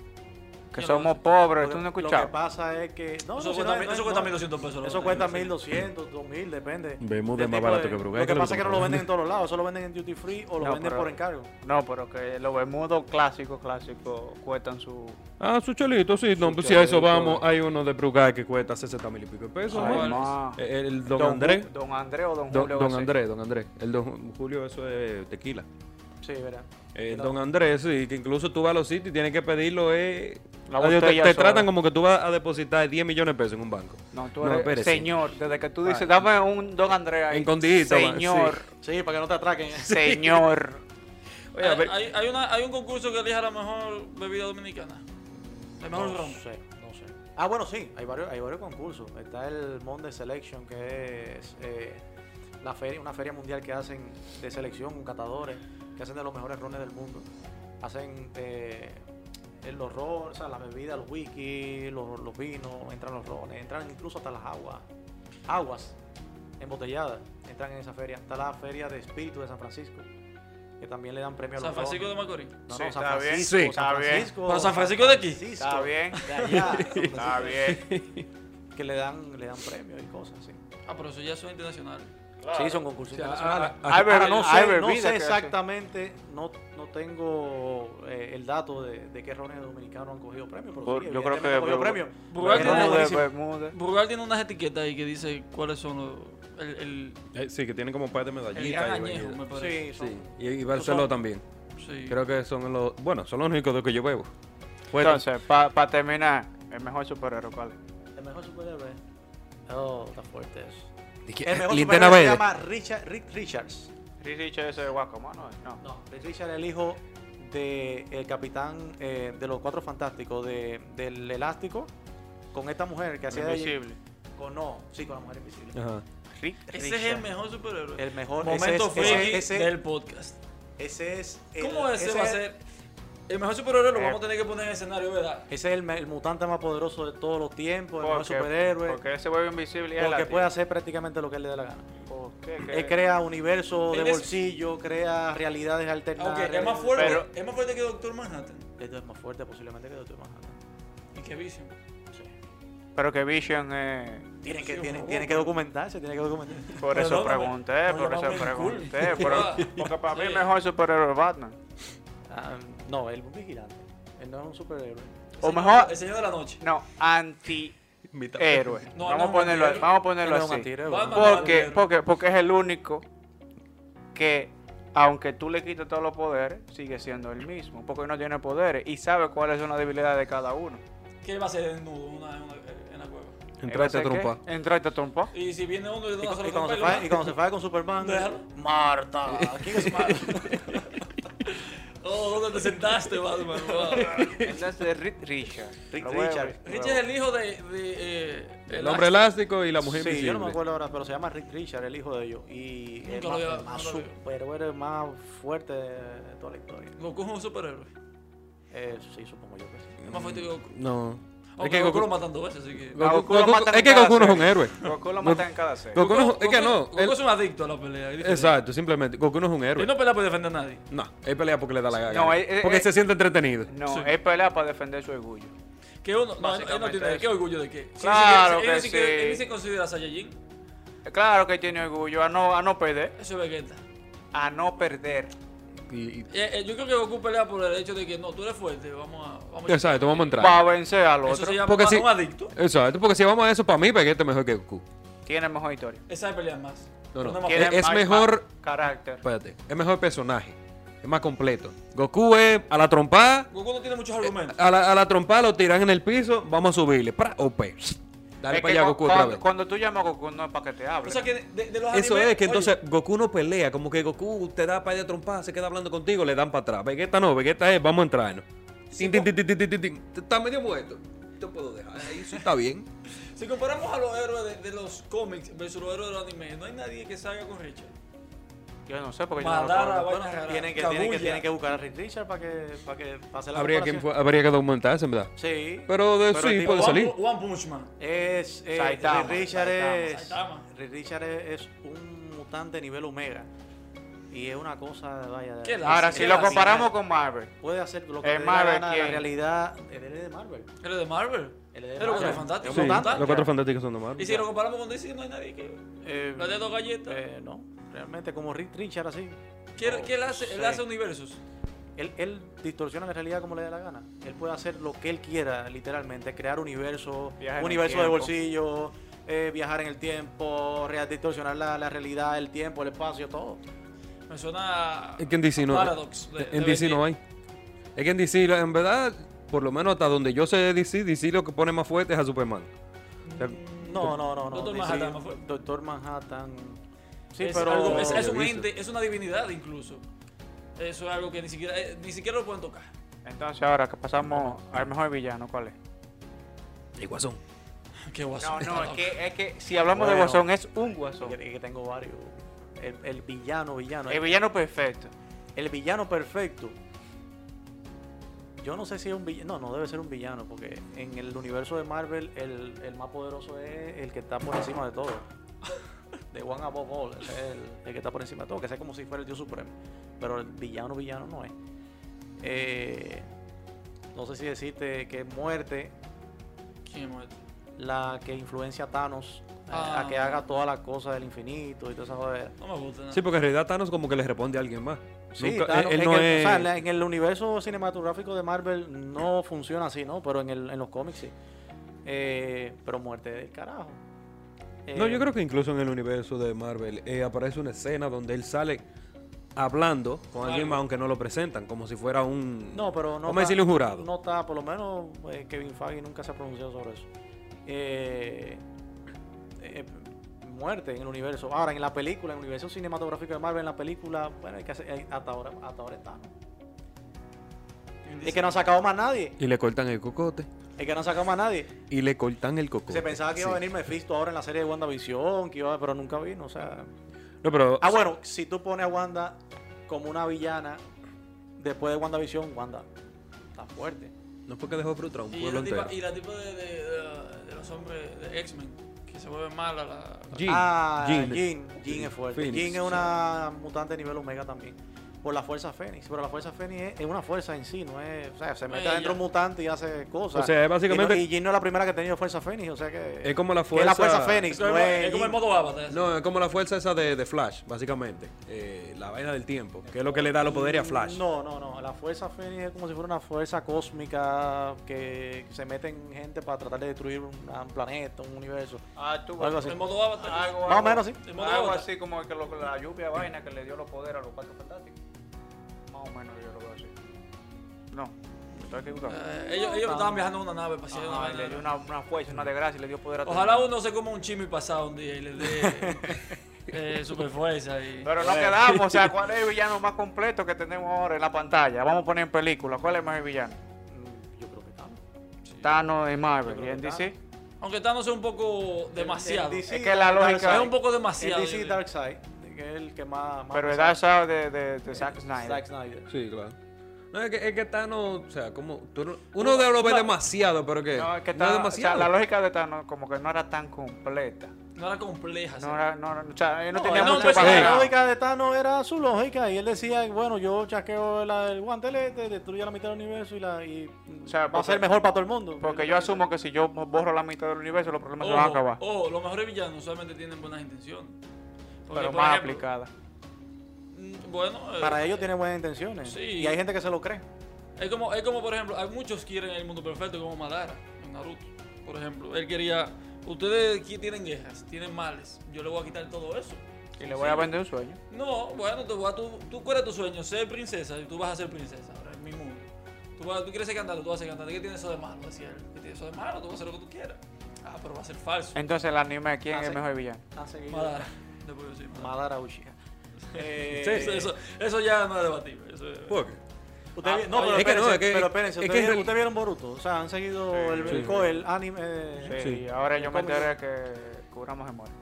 C: Que
A: Yo no
C: somos
A: sé.
C: pobres.
B: Lo
C: ¿Tú
B: que-
C: no
B: Lo que
C: escuchabas?
B: pasa es que. No,
A: Eso
B: no, si
A: cuesta
B: no,
A: mil-
B: no,
A: eso
B: no.
A: cuesta 1.200 pesos, la
B: Eso
A: verdad.
B: cuesta 1200, 2000, depende.
D: Bermuda
B: del
D: es más
B: tipo
D: barato
B: de-
D: que Brugal,
B: Lo
D: que
B: que
D: lo
B: pasa es que no lo
D: compramos.
B: venden en todos lados, eso lo venden en duty free o lo
C: No,
B: venden
C: pero-
B: por encargo.
C: No, pero que los bermudos clásicos, clásicos, cuestan su.
D: Ah, su cholito, sí. No,
C: Su
D: pues si a eso
C: cholito.
D: vamos, hay uno de Brugal que cuesta 60 mil y pico de pesos.
A: Ay,
D: ¿no?
A: ma.
C: ma.
D: El, el Don,
C: Ju-
D: Andrés.
C: Don Andrés o Don
D: Don,
C: Julio.
D: don
C: Garcés.
D: Andrés, Don Andrés. El Don Julio, eso es tequila. Eh,
B: Sí, verá.
D: El
B: Pero-
D: Don Andrés, sí, que incluso tú vas a los sitios y tienes que pedirlo. Eh,
C: La
D: adiós, te,
C: botella
D: te
C: sola.
D: tratan como que tú vas a depositar 10 millones de pesos en un banco.
C: No, tú
D: No,
C: eres.
D: espérese.
C: señor, desde que tú dices, dame un Don Andrés ahí.
D: En condidito, va,
C: Señor,
B: Sí, para que no
A: <laughs>
B: te atraquen.
D: <laughs>
C: señor.
D: Oye, a
A: hay,
D: ver,
A: hay- hay una- hay un concurso que elija la mejor bebida dominicana. El mejor
B: No
A: ron.
B: sé, no sé. Ah, bueno, sí, hay varios, hay varios concursos. Está el Monday Selection, que es eh, la feria, una feria mundial que hacen de selección con catadores, que hacen de los mejores rones del mundo. Hacen eh, el- los rones, o sea, las bebidas, los whisky, los, los vinos, entran los rones, entran incluso hasta las aguas. aguas embotelladas entran en esa feria. Está la feria de espíritu de San Francisco, que también le dan premio a
A: San
B: los
A: Francisco de
B: mejores.
A: Macorís.
B: No,
C: Sí,
B: no, San
C: está bien.
B: Francisco,
D: Sí,
C: está
B: San
C: bien.
B: Francisco.
A: Pero San Francisco de aquí.
B: Francisco,
C: Está bien.
B: De allá. Ah,
C: Está bien.
B: Que le dan, le dan premios y cosas, sí.
A: Ah, pero eso ya son internacionales.
B: Sí, son concursos
D: sea,
B: internacionales.
C: a-
D: a-
C: Hay
B: Ahora,
C: bebi-
B: no
C: hay
B: sé, ah, no
C: bebidas
B: sé
C: que hacen.
B: exactamente, no, no tengo eh, el dato de, de qué rones dominicanos han cogido premios. Pero
C: Por-
B: sí,
C: yo creo
B: evidentemente han
C: que-
B: cogido
C: pero-
B: premios.
A: Burgar
B: Pero
A: tiene-
B: no,
C: Bermuda,
B: buenísimo.
C: Bermuda.
A: Burgal tiene unas etiquetas ahí que dice cuáles son los. El, el,
D: Eh, sí, que tienen como un par de
A: el
D: medallitas.
A: gran
D: y
A: añejo, me
D: vainitas.
A: parece.
B: Sí, son-
D: Sí, y, y Barceló
B: son-
D: también.
A: Sí.
D: Creo que son los. Bueno, son los únicos dos que yo bebo. Fuera.
C: Entonces, para terminar, el mejor superhéroe, ¿cuál es?
B: El mejor superhéroe. Oh, está fuerte eso.
D: Di que-
B: El mejor
D: Linterna
B: superhéroe se
D: verde.
B: llama Richard, Rick Richards.
C: Sí, sí, che, ese es Guacamano, ¿eh? No.
B: No, Rick Richards es el hijo de el capitán eh, de los Cuatro Fantásticos, de, del Elástico, con esta mujer que hacía de-
C: Invisible.
B: Con, no, sí, con la mujer invisible.
D: Ajá.
C: Rick
A: Ese es el mejor superhéroe.
B: El mejor
A: Momento
B: ese es,
A: freaky
B: ese, ese,
A: del podcast.
B: ese es el-
A: ¿Cómo ese, va a ser? El mejor superhéroe lo
C: Eh.
A: vamos a tener que poner en escenario, ¿verdad?
B: Ese es el, me- el mutante más poderoso de todos los tiempos, el mejor
C: Porque-
B: superhéroe. Porque,
C: Porque ese vuelve invisible y es látigo.
B: puede hacer prácticamente lo que él le dé la gana.
C: ¿Por qué?
B: Él crea universos de
A: Él es-
B: bolsillo, crea realidades alternativas.
A: Aunque es más fuerte,
C: Pero-
A: es más fuerte que Doctor Manhattan.
B: Esto es más fuerte posiblemente que Doctor Manhattan.
A: Y que Vision.
C: Pero que Vision eh,
B: Tienen que,
A: Sí,
B: tienen,
A: por
B: tienen que documentarse, tienen que documentarse.
C: Por
A: Pero
C: eso
A: no, no,
C: pregunté,
A: no,
C: por
A: no,
C: eso
A: no, no,
C: pregunté.
A: no.
C: por- Porque para mí
A: Sí.
C: el mejor superhéroe es Batman.
B: Ah, no, él es un vigilante. Él no es un superhéroe.
C: O
A: Señor-
C: mejor-
A: El Señor de la Noche.
C: No, antihéroe.
A: No,
C: vamos, a
A: no,
C: ponerlo,
A: antihéroe.
C: vamos a
B: Él
C: ponerlo
B: no es un
C: así.
B: antihéroe.
A: Batman.
B: ¿no?
C: Porque,
A: antihéroe.
C: porque, porque es el único que, aunque tú le quites todos los poderes, sigue siendo el mismo. Porque no tiene poderes y sabe cuáles son las debilidades de cada uno.
A: Que él va a ser desnudo en una- en una- en la cueva.
D: Entraste a este trompa.
C: Entraste a este
A: <laughs>
C: trompa.
A: Y si viene uno y de
B: Y,
A: una
B: cu-
A: sola
B: y cuando se
A: trompa,
B: falla, y cuando se falla con Superman,
A: Déjalo.
B: Marta, ¿quién es Marta?
A: Oh, ¿dónde te sentaste, Batman? Wow.
C: Entonces, Rick Richard.
B: Rick
C: Lo voy a-
B: Richard.
A: Rich es el hijo de. de, eh,
D: El hombre elástico y la mujer
B: Sí, yo no me
D: invisible.
B: acuerdo ahora, pero se llama Rick Richard, el hijo de ellos. Y
A: Nunca
B: el
A: lo
B: más,
A: había-
B: el más
A: no lo había.
B: superhéroe más fuerte de toda la historia.
A: Goku es un superhéroe.
B: Eh, sí, supongo yo que sí.
A: Es más fuerte que Goku.
D: No.
A: Aunque
D: que
A: Goku,
D: Goku-
A: lo matan dos veces, así que.
C: A
D: Goku-
C: Goku lo
D: Goku-
C: matan
D: es
C: en
D: que
C: cada
D: Goku no es un
C: serie.
D: héroe.
C: Goku lo matan en cada serie.
D: Goku no- es que no,
A: Goku
D: él-
A: es un adicto a la pelea. él-
D: Exacto, simplemente. Goku no es un héroe.
A: Él no pelea por defender a nadie.
D: No, él pelea porque le da la gana.
C: No, eh, eh,
D: porque
C: eh.
D: se siente entretenido.
C: No,
A: Sí.
C: él pelea para defender su orgullo.
A: Que uno. No, él- él no
C: Básicamente
A: tiene. ¿Qué
C: eso.
A: orgullo de qué? Sí,
C: Claro
A: sí, él- él
C: que
A: sí que- Él
C: sí.
A: se considera Saiyajin.
C: Eh, Claro que tiene orgullo, a no, a no perder.
A: Eso es Vegeta.
C: A no perder.
D: Y- y-
A: Eh, eh, yo creo que Goku pelea por el hecho de que no, tú eres fuerte, vamos a. Vamos a-
D: exacto, vamos a
C: Para
D: entrar.
C: vencer al
A: Eso se
C: otro.
A: llama
D: Porque si-
A: un adicto.
D: Exacto, porque si vamos a eso, para mí, Vegeta es mejor que Goku.
C: Tiene mejor historia.
A: Esa es pelear más.
D: No, no.
A: Una más
D: Es-
C: Tiene
A: fuerte.
D: es mejor-
C: carácter.
D: Espérate, es mejor personaje. Es más completo. Goku es a la trompada.
A: Goku no tiene
D: Eh,
A: muchos argumentos.
D: A la, a la trompada lo tiran en el piso. Vamos a subirle. Pra, OP. Dale
C: Es
D: para
C: que
D: allá,
C: cu-
D: Goku, otra
C: cuando,
D: vez.
C: cuando tú llamas a Goku no es para que te hable.
A: O sea que de, de los
D: Eso
A: animes-
D: es,
A: oye,
D: que entonces Goku no pelea, como que Goku te da para allá trompada, se queda hablando contigo, le dan para atrás. Vegeta no, Vegeta es, vamos a entrarnos. Tin, tin, tin, tin, tin, tin, tin, tin. Está medio muerto. Te puedo dejar. Ahí sí está bien.
A: Si comparamos a los héroes de, de los cómics versus los héroes de los animes, no hay nadie que salga con Richard.
C: yo no sé porque yo no lo
A: Madara,
C: conozco.
A: vaina
B: Bueno,
A: rara,
B: tienen que, tienen que,
A: Kaguya.
B: tienen que buscar a Rick Richard para que, para que pase la
D: Habría que,
B: comparación.
D: habría que documentarse, en verdad.
B: Sí.
D: Pero de
B: Pero el
D: sí pues,
B: tipo-
D: puede
A: One,
D: salir.
A: Pu- One Punch Man.
B: Es, eh,
C: Saitama,
B: Rick Richard
C: Saitama,
B: es
A: Saitama.
B: Rick Richard es, es un mutante nivel omega y es una cosa vaya de-
A: Qué la-
C: Ahora,
A: Sí,
C: si
A: es
C: lo
A: la
C: comparamos
A: final.
C: con Marvel,
B: puede hacer lo que
C: Es
B: te dé la
C: Marvel,
B: gana, la
C: ¿quién?
B: realidad él es de Marvel
A: El de Marvel.
B: Él es de
A: Pero los
B: Marvel.
A: cuatro fantásticos.
B: Es un
A: ¿no?
B: mutante.
D: los cuatro fantásticos son de Marvel.
A: Y si lo comparamos con DC, no hay nadie que.
D: Mm.
B: Eh,
A: Los dedos galletas.
B: eh, no realmente como Rick Richard así
A: ¿Quién,
D: oh,
B: No
A: que él hace? Él
B: sé.
A: hace universos.
B: Él, él distorsiona la realidad como le dé la gana. Él puede hacer lo que él quiera, literalmente. Crear universo,
C: Viajar en el
B: universo de
C: tiempo.
B: bolsillo, eh, viajar en el tiempo, re- distorsionar la, la realidad, el tiempo, el espacio, todo.
A: Me suena. a-
D: Es que en DC no,
A: Paradox. de-
D: en
A: de
D: DC no
A: Ben
D: hay. Es que en DC, la- en verdad, por lo menos hasta donde yo sé de DC, DC lo que pone más fuerte es a Superman. O sea,
B: No, no, no. no.
A: Mm. Doctor
B: DC,
A: Manhattan, ¿no fue?
B: Doctor Manhattan. Sí,
A: es,
B: pero.
A: algo- es, es
D: Yo
A: un
D: he visto.
A: ente, es una divinidad incluso. Eso es algo que ni siquiera, eh, ni siquiera lo pueden tocar.
C: entonces ahora que pasamos al mejor villano, ¿cuál es?
D: el Guasón.
A: <laughs> Qué guaso. <laughs>
C: No, no, es que, es que si hablamos de
B: Bueno.
C: Guasón, es un Guasón.
B: que, que tengo varios. El, el villano, villano.
C: El
B: El,
C: villano perfecto.
B: el villano perfecto. Yo no sé si es un villano. No, no debe ser un villano, porque en el universo de Marvel, el, el más poderoso es el que está por encima de todo. De One Above All, ese es el, el que está por encima de todo, que sea como si fuera el Dios Supremo. Pero el villano, villano no es. Eh, no sé si decirte que muerte
A: ¿Quién es muerto?
B: la que influencia a Thanos a-
A: Ah.
B: a que haga todas las cosas del infinito y todas esas joderas.
A: No me gusta nada.
D: Sí, porque en realidad Thanos como que le responde a alguien más.
B: Sí,
D: Nunca-
B: Thanos,
D: él, él
B: en
D: no
B: el,
D: es...
B: o sea, en la- en el universo cinematográfico de Marvel no funciona así, ¿no? Pero en, el- en los cómics sí. Eh, pero muerte del carajo. Eh,
D: No, yo creo que incluso en el universo de Marvel eh, aparece una escena donde él sale hablando con alguien
A: Algo.
D: más, aunque no lo presentan, como si fuera un...
B: No, pero no.
D: Vamos
B: está-
D: a decirle un jurado.
B: No está, por lo menos eh, Kevin Feige nunca se ha pronunciado sobre eso. Eh, eh, muerte en el universo. Ahora, en la película, en el universo cinematográfico de Marvel, en la película, bueno, hay que hacer- eh, hasta, ahora, hasta ahora está. ¿no? Es que no ha sacado más nadie.
D: Y le cortan el cocote.
B: Es que no ha sacado más nadie.
D: Y le cortan el cocote.
B: Se pensaba que iba a
D: Sí.
B: venir Mephisto ahora en la serie de WandaVision, que iba, pero nunca vino, o sea.
D: No, pero...
B: Ah, bueno, si tú pones a Wanda como una villana después de WandaVision, Wanda está fuerte.
D: No fue que dejó frustrado un
A: Y
D: pueblo
A: la,
D: entero.
A: tipa, y la tipa de, de- de- de los hombres de X-Men, que se vuelve mala. La,
D: Jean.
B: ah,
D: Jean.
B: Jean, Jean es fuerte.
D: Phoenix,
B: Jean es una mutante de nivel Omega también. Por la fuerza Fénix, pero la fuerza Fénix es, es una fuerza en sí, no es. O sea, se mete
A: Ella.
B: adentro un mutante y hace cosas.
D: O sea, es básicamente-
B: Y, no- y Jean no es la primera que ha tenido fuerza Fénix, o sea que.
D: Es como la
B: que es
D: fuerza...
B: la fuerza Fénix,
A: es como,
B: no es
A: es como el
B: Jean.
A: modo Avatar.
D: No, es como la fuerza esa de, de Flash, básicamente. Eh, la vaina del tiempo, que es lo que le da los poderes a Flash.
B: No, no, no. La fuerza Fénix es como si fuera una fuerza cósmica que se mete en gente para tratar de destruir un, un planeta, un universo.
C: Ah, tú,
B: Algo así.
A: El modo Avatar.
C: Algo,
B: Más o
C: algo-
B: menos así.
A: El modo
C: Algo
A: Avatar.
C: así como que lo- la lluvia vaina que le dio los poderes a los cuatro fantásticos. Más o menos yo lo veo así. No, me estoy equivocado.
A: Eh, ellos ellos estaban viajando en una nave para hacer una
C: Ajá,
A: vaina.
C: le dio una, una fuerza, una desgracia y le dio poder a todo
A: Ojalá
C: el mundo.
A: uno se coma un chimi pasado un día y le
C: <laughs>
A: dé eh, super fuerza. Y...
C: Pero no quedamos, o sea, ¿cuál es el villano más completo que tenemos ahora en la pantalla? Vamos a poner en película, ¿cuál es más el villano?
B: Mm, Yo creo que Thanos.
C: Thanos en Marvel
B: Yo
C: y
B: creo
C: en
B: que
C: DC.
A: Aunque Thanos es un poco demasiado.
B: El
A: Es
B: DC
C: Es que la lógica-
B: Darkseid.
A: un poco demasiado.
B: El DC
A: yo diría.
B: Darkseid, que es el que más. más
C: Pero es
B: pesado.
C: Darkseid de, de, de Zack Snyder.
B: Zack Snyder.
D: Sí, claro. No, es que, es que Thanos, o sea, como... tú no- uno de lo ve demasiado, pero que...
C: No, es que
D: no
C: Thanos- o sea,
D: demasiado.
C: la lógica de Thanos como que no era tan completa.
A: eh, No era compleja.
C: No
A: Ah, ¿sí?
C: era, no, era- o sea, él no,
A: No,
C: tenía
A: era un
C: mucho
A: personaje.
C: para
B: pues, La lógica de Thanos era su lógica y él decía, bueno, yo chasqueo la- el guantelete, destruyo la mitad del universo y, la, y
C: O sea,
B: va a
C: porque-
B: ser mejor para todo el mundo.
C: Porque yo asumo que si yo borro la mitad del universo, los problemas se
A: Oh,
C: van a acabar.
A: ojo, los mejores villanos usualmente tienen buenas intenciones. Porque,
C: pero
A: por
C: más
A: ejemplo,
C: aplicada.
A: mm, Bueno, eh,
B: Para ellos tiene buenas intenciones.
A: Sí.
B: Y hay gente que se lo cree.
A: es, como, es como, por ejemplo, hay muchos quieren el mundo perfecto, como Madara en Naruto. Por ejemplo, él quería. Ustedes aquí tienen guerras, tienen males. Yo le voy a quitar todo eso.
C: Y le voy a vender un sueño.
A: No, bueno, tú, vas- tú, tú cuál es tu sueño, ser princesa, y tú vas a ser princesa, ahora en mi mundo. Tú, vas- tú quieres ser cantante, tú vas a ser cantante, ¿qué tiene eso de malo? Decía él, ¿qué tiene eso de malo? Tú vas a hacer lo que tú quieras. Ah, pero va a ser falso.
C: Entonces, el anime, ¿quién
B: Ah,
C: es el
B: sí.
C: mejor villano?
B: Ha seguido.
A: Madara, después yo soy Madara.
B: Madara Uchiha. Eh,
A: Sí, eso, eso, eso ya no es debatible. Eso, es-
D: ¿Por qué?
B: Ustedes vi-
A: Ah,
B: no,
A: oye,
B: pero
D: es que no,
B: espérense,
D: es que-
B: pero espérense,
D: es que
B: ustedes
D: en
B: vieron-
D: reali-
B: ustedes vieron Boruto, o sea, han seguido el,
C: sí.
B: el, co- el anime de...
C: Sí,
D: Sí.
C: ahora yo me
B: ¿Cómo?
C: enteré que Kurama se muere.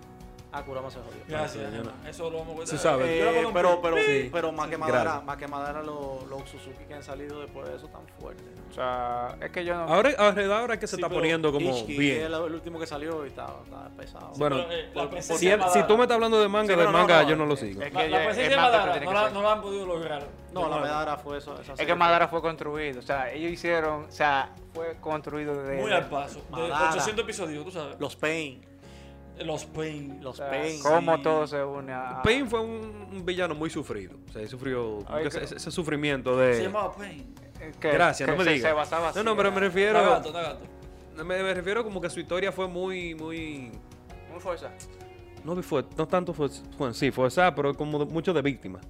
B: Ah, Kurama se jodió.
A: Gracias,
D: yo no.
A: eso lo vamos a cuidar.
D: Se sabe.
B: Eh,
D: Yo lo hago con
B: pero,
D: Play.
B: pero,
D: Sí.
B: pero más que
D: Gracias.
B: Madara, más que Madara los Suzuki que han salido después de eso tan fuerte.
C: O sea, es que yo no.
D: Ahora, ahora, ahora es que se
A: Sí,
D: está
A: pero
D: poniendo como
B: Ishiki, que
D: bien.
B: es el, el último que salió y estaba, estaba pesado.
D: Bueno,
A: Pero, eh, la
B: por-
A: presencia
D: si,
A: de
D: él- si
A: Madara-
D: tú me estás hablando de manga,
B: Sí,
D: de
B: no, no,
D: manga
B: no,
D: yo no lo
B: eh,
D: sigo.
C: es que
A: La, la
C: ella-
A: presencia
C: es
A: de
C: más que lo
A: Madara
C: tiene
A: no
C: que
A: la,
C: ser.
A: no la han podido lograr.
B: no, la Madara fue eso. esa
C: Es que
B: serie.
C: Madara fue construido, o sea, ellos hicieron, o sea, fue construido de...
A: Muy al paso. De
B: Madara.
A: 800 episodios, tú sabes.
B: Los Pain,
A: Los Pain.
B: los
C: o sea,
B: Pain.
C: cómo
A: sí.
C: todo se une a...
D: Pain fue un, un villano muy sufrido. O sea, él sufrió como
C: Ay,
D: que
C: que-
D: ese, ese sufrimiento de.
A: Se llamaba Pain.
C: Eh, que-
D: Gracias,
C: que
D: no me
C: se-
D: digas.
C: se basaba
D: no,
C: así,
D: no, pero
C: era
D: me
A: Está
D: refiero.
A: gato, está gato.
D: Me, me refiero como que su historia fue muy, muy.
C: Muy fuerza.
D: No, fue, no tanto fue. Bueno, sí, fue esa, pero como de- mucho de víctima.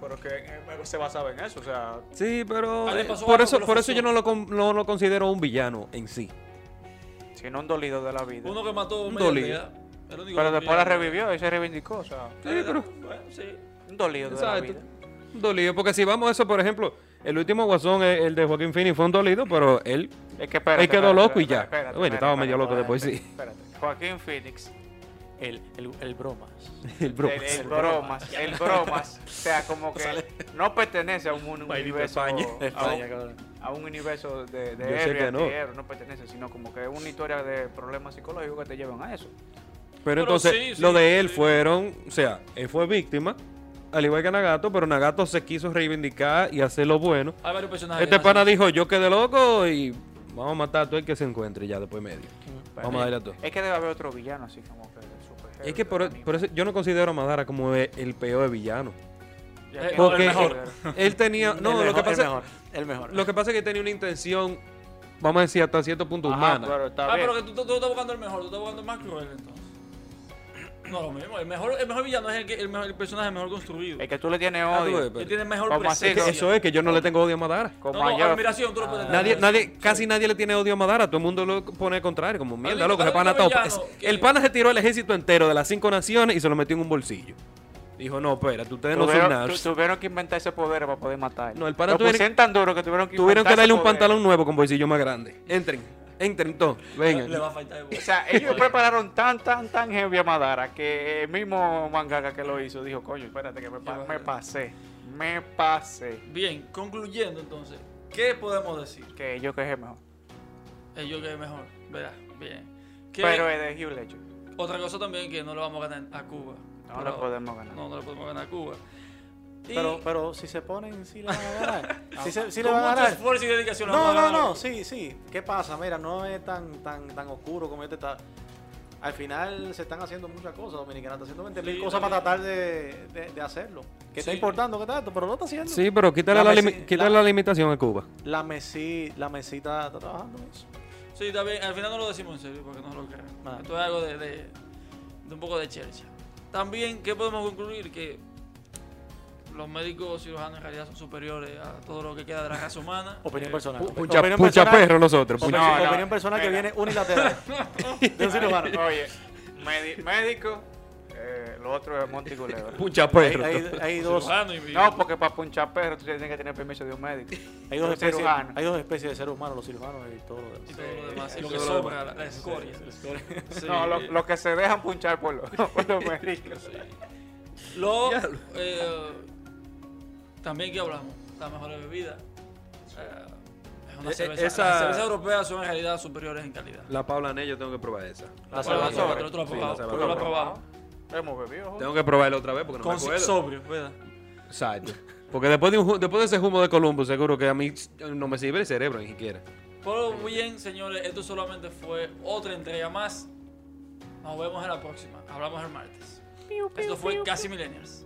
C: Pero que eh, se basaba en eso, o sea...
D: Sí, pero.
A: Ah, le
D: eh,
A: pasó
D: por
A: algo
D: eso,
A: que lo
D: por
A: forzó.
D: eso yo no lo, con- no lo considero un villano en sí.
C: Sino un dolido de la vida.
A: Uno que mató a
D: Un
A: un
D: dolido.
C: Pero después la revivió y se reivindicó, o sea,
A: Sí, pero. Bueno, sí.
C: un dolido de la
D: Exacto.
C: vida.
D: Un dolido. Porque si vamos a eso, por ejemplo, el último guasón, el, el de Joaquín Phoenix, fue un dolido, pero él. <laughs>
C: Es que espérate,
D: Él quedó
C: espérate,
D: loco y
C: espérate,
D: ya. Bueno, estaba medio loco después, sí.
C: Espérate. Joaquín Phoenix,
B: El, el, el Bromas.
D: El bro.
C: el, el bromas, el bromas, o sea, como que no pertenece a un, un
D: Bailito
C: universo
D: España.
C: a un-
B: España, cabrón.
C: a un universo de, de
D: Yo sé
C: héroe,
D: que no.
C: antihéroe, no pertenece, sino como que es una historia de problemas psicológicos que te llevan a eso.
D: Pero
A: Pero
D: entonces,
A: sí, sí,
D: lo de él
A: sí.
D: fueron, o sea, él fue víctima, al igual que Nagato, pero Nagato se quiso reivindicar y hacer lo bueno.
A: Hay varios personajes.
D: Este
A: que
D: pana
A: nacen-
D: dijo, yo quedé loco y vamos a matar a todo el que se encuentre y ya después medio. Vamos a darle a todo.
C: Es que debe haber otro villano así como que superhéroe.
D: Es que por,
C: anime.
D: por eso yo no considero a Madara como el, el peor villano.
C: Ya
A: Eh,
C: que-
A: no, el
D: Porque
A: mejor.
D: él tenía... No,
B: el
D: lo, que
B: mejor,
D: pasa,
B: El mejor. El mejor.
D: lo que pasa es que él tenía una intención, vamos a decir, hasta cierto punto
C: Ajá,
D: humana.
C: claro, está
A: Ah,
C: bien.
A: pero que tú, tú- tú estás buscando el mejor, tú estás buscando el más cruel entonces. No, lo mismo. El mejor, el mejor villano es el, que, el, mejor- el personaje mejor construido.
C: Es que tú le tienes
D: Ah, tú
C: odio.
D: ves,
A: Él tiene mejor
C: Vamos a hacer
D: Es
A: presencia.
D: que eso es que yo no le tengo odio a Madara.
A: No,
C: Como
A: no,
C: ayer-
A: admiración tú lo puedes tener.
D: Nadie, nadie, casi nadie le tiene odio a Madara. Todo el mundo lo pone contrario, como mierda,
A: Hay
D: loco.
A: un- hay
D: ese
A: un
D: pana está op-
A: villano
D: es-
A: que-
D: El pana se tiró el ejército entero de las cinco naciones y se lo metió en un bolsillo. Dijo, no, espérate, ustedes no son
C: Tuvieron,
D: nada.
C: tu- tuvieron que inventar ese poder para poder matar.
D: No, el pana
C: Lo
D: tuvieron-
C: pusieron tan duro que tuvieron que
D: Tuvieron
C: inventar
D: que
C: ese
D: darle un
C: poder.
D: pantalón nuevo con bolsillo más grande. Entren, entren todos.
A: Le, le va
D: Vengan.
A: a faltar el
C: O sea, ellos prepararon tan, tan, tan heavy a Madara que el mismo mangaka que lo hizo dijo, coño, espérate que me, pa- me pasé. Me pasé.
A: Bien, concluyendo entonces, ¿qué podemos decir?
C: Que yo quejé mejor.
A: Eh, Yo que es mejor, verá, bien. Que
C: Pero es de Hugh Ledger.
A: otra cosa también que no le vamos a ganar a Cuba.
C: No
A: Por
C: le
A: ahora.
C: podemos ganar.
A: No, no le podemos ganar a Cuba. Y
B: Pero, pero si se ponen, sí le van a
D: <laughs>
B: ganar. si se, sí le
A: con
B: van a
A: mucho
B: ganar.
A: esfuerzo y dedicación. le
B: No,
A: vamos a
B: no,
A: ganar a
B: no,
A: Cuba.
B: sí, sí. ¿Qué pasa? Mira, no es tan tan tan oscuro como este está. Al final se están haciendo muchas cosas, Dominicana está haciendo 20 mil
A: Sí,
B: cosas para
A: también.
B: tratar de, de- de hacerlo. Que está
A: Sí.
B: importando que tanto, pero lo está haciendo.
D: Sí, pero quítale
B: La
D: la,
B: mesi-
D: limi- quítale
B: la- Pues
D: la limitación a Cuba.
B: La Messi, la mesita está trabajando en eso.
A: Sí, también, al final no lo decimos en serio porque no lo crean.
B: Ah.
A: Esto es algo de, de- de un poco de chercha. También, ¿qué podemos concluir? Que los médicos cirujanos en realidad son superiores a todo lo que queda de la raza humana.
B: <laughs> Opinión
A: Eh,
B: personal.
D: Pu-
B: Opinión
D: Pucha, pucha
B: personal.
D: perro nosotros.
B: Opinión,
D: pucha-
C: No, no,
B: opinión personal que
C: espera.
B: viene unilateral. de un ser humano.
C: <laughs> Oye, medi- médico, eh, lo otro es Monte y Culebra.
D: Pucha
B: Hay,
D: perro.
B: hay- hay dos,
A: cirujano y-
C: No, porque para punchar perro tú tienes que tener permiso de un médico.
B: hay, dos
C: Un
B: especies,
C: cirujano.
B: hay dos especies de seres humanos, los cirujanos y todo lo demás.
A: y todo lo demás.
C: Sí,
A: y lo
C: eso
A: que
C: es lo
A: sobra, la, la escoria. Sí,
C: No, lo-
A: eh,
C: los que se dejan punchar por los, <laughs> por los médicos.
A: Lo. eh, también que hablamos, las mejores bebidas. Eh, es una
D: Eh, eh,
A: cerveza.
D: esa-
A: Las cervezas europeas son en realidad superiores en calidad.
D: La Paula Nello tengo que probar esa.
B: La
A: Bueno,
B: salvación.
C: Salvatore.
A: pero tú lo has
D: Sí,
A: probado,
D: la
A: tú lo has
D: Salvatore.
A: probado.
C: Hemos bebido. joder.
D: Tengo que probarla otra vez porque no
A: Con
D: me acuerdo.
A: sobrio, ¿verdad?
D: Exacto. Porque después de, un ju- después de ese humo de Columbus, seguro que a mí no me sirve el cerebro ni siquiera.
A: Por bien, señores, esto solamente fue otra entrega más. Nos vemos en la próxima. Hablamos el martes. Esto fue Casi Millennials.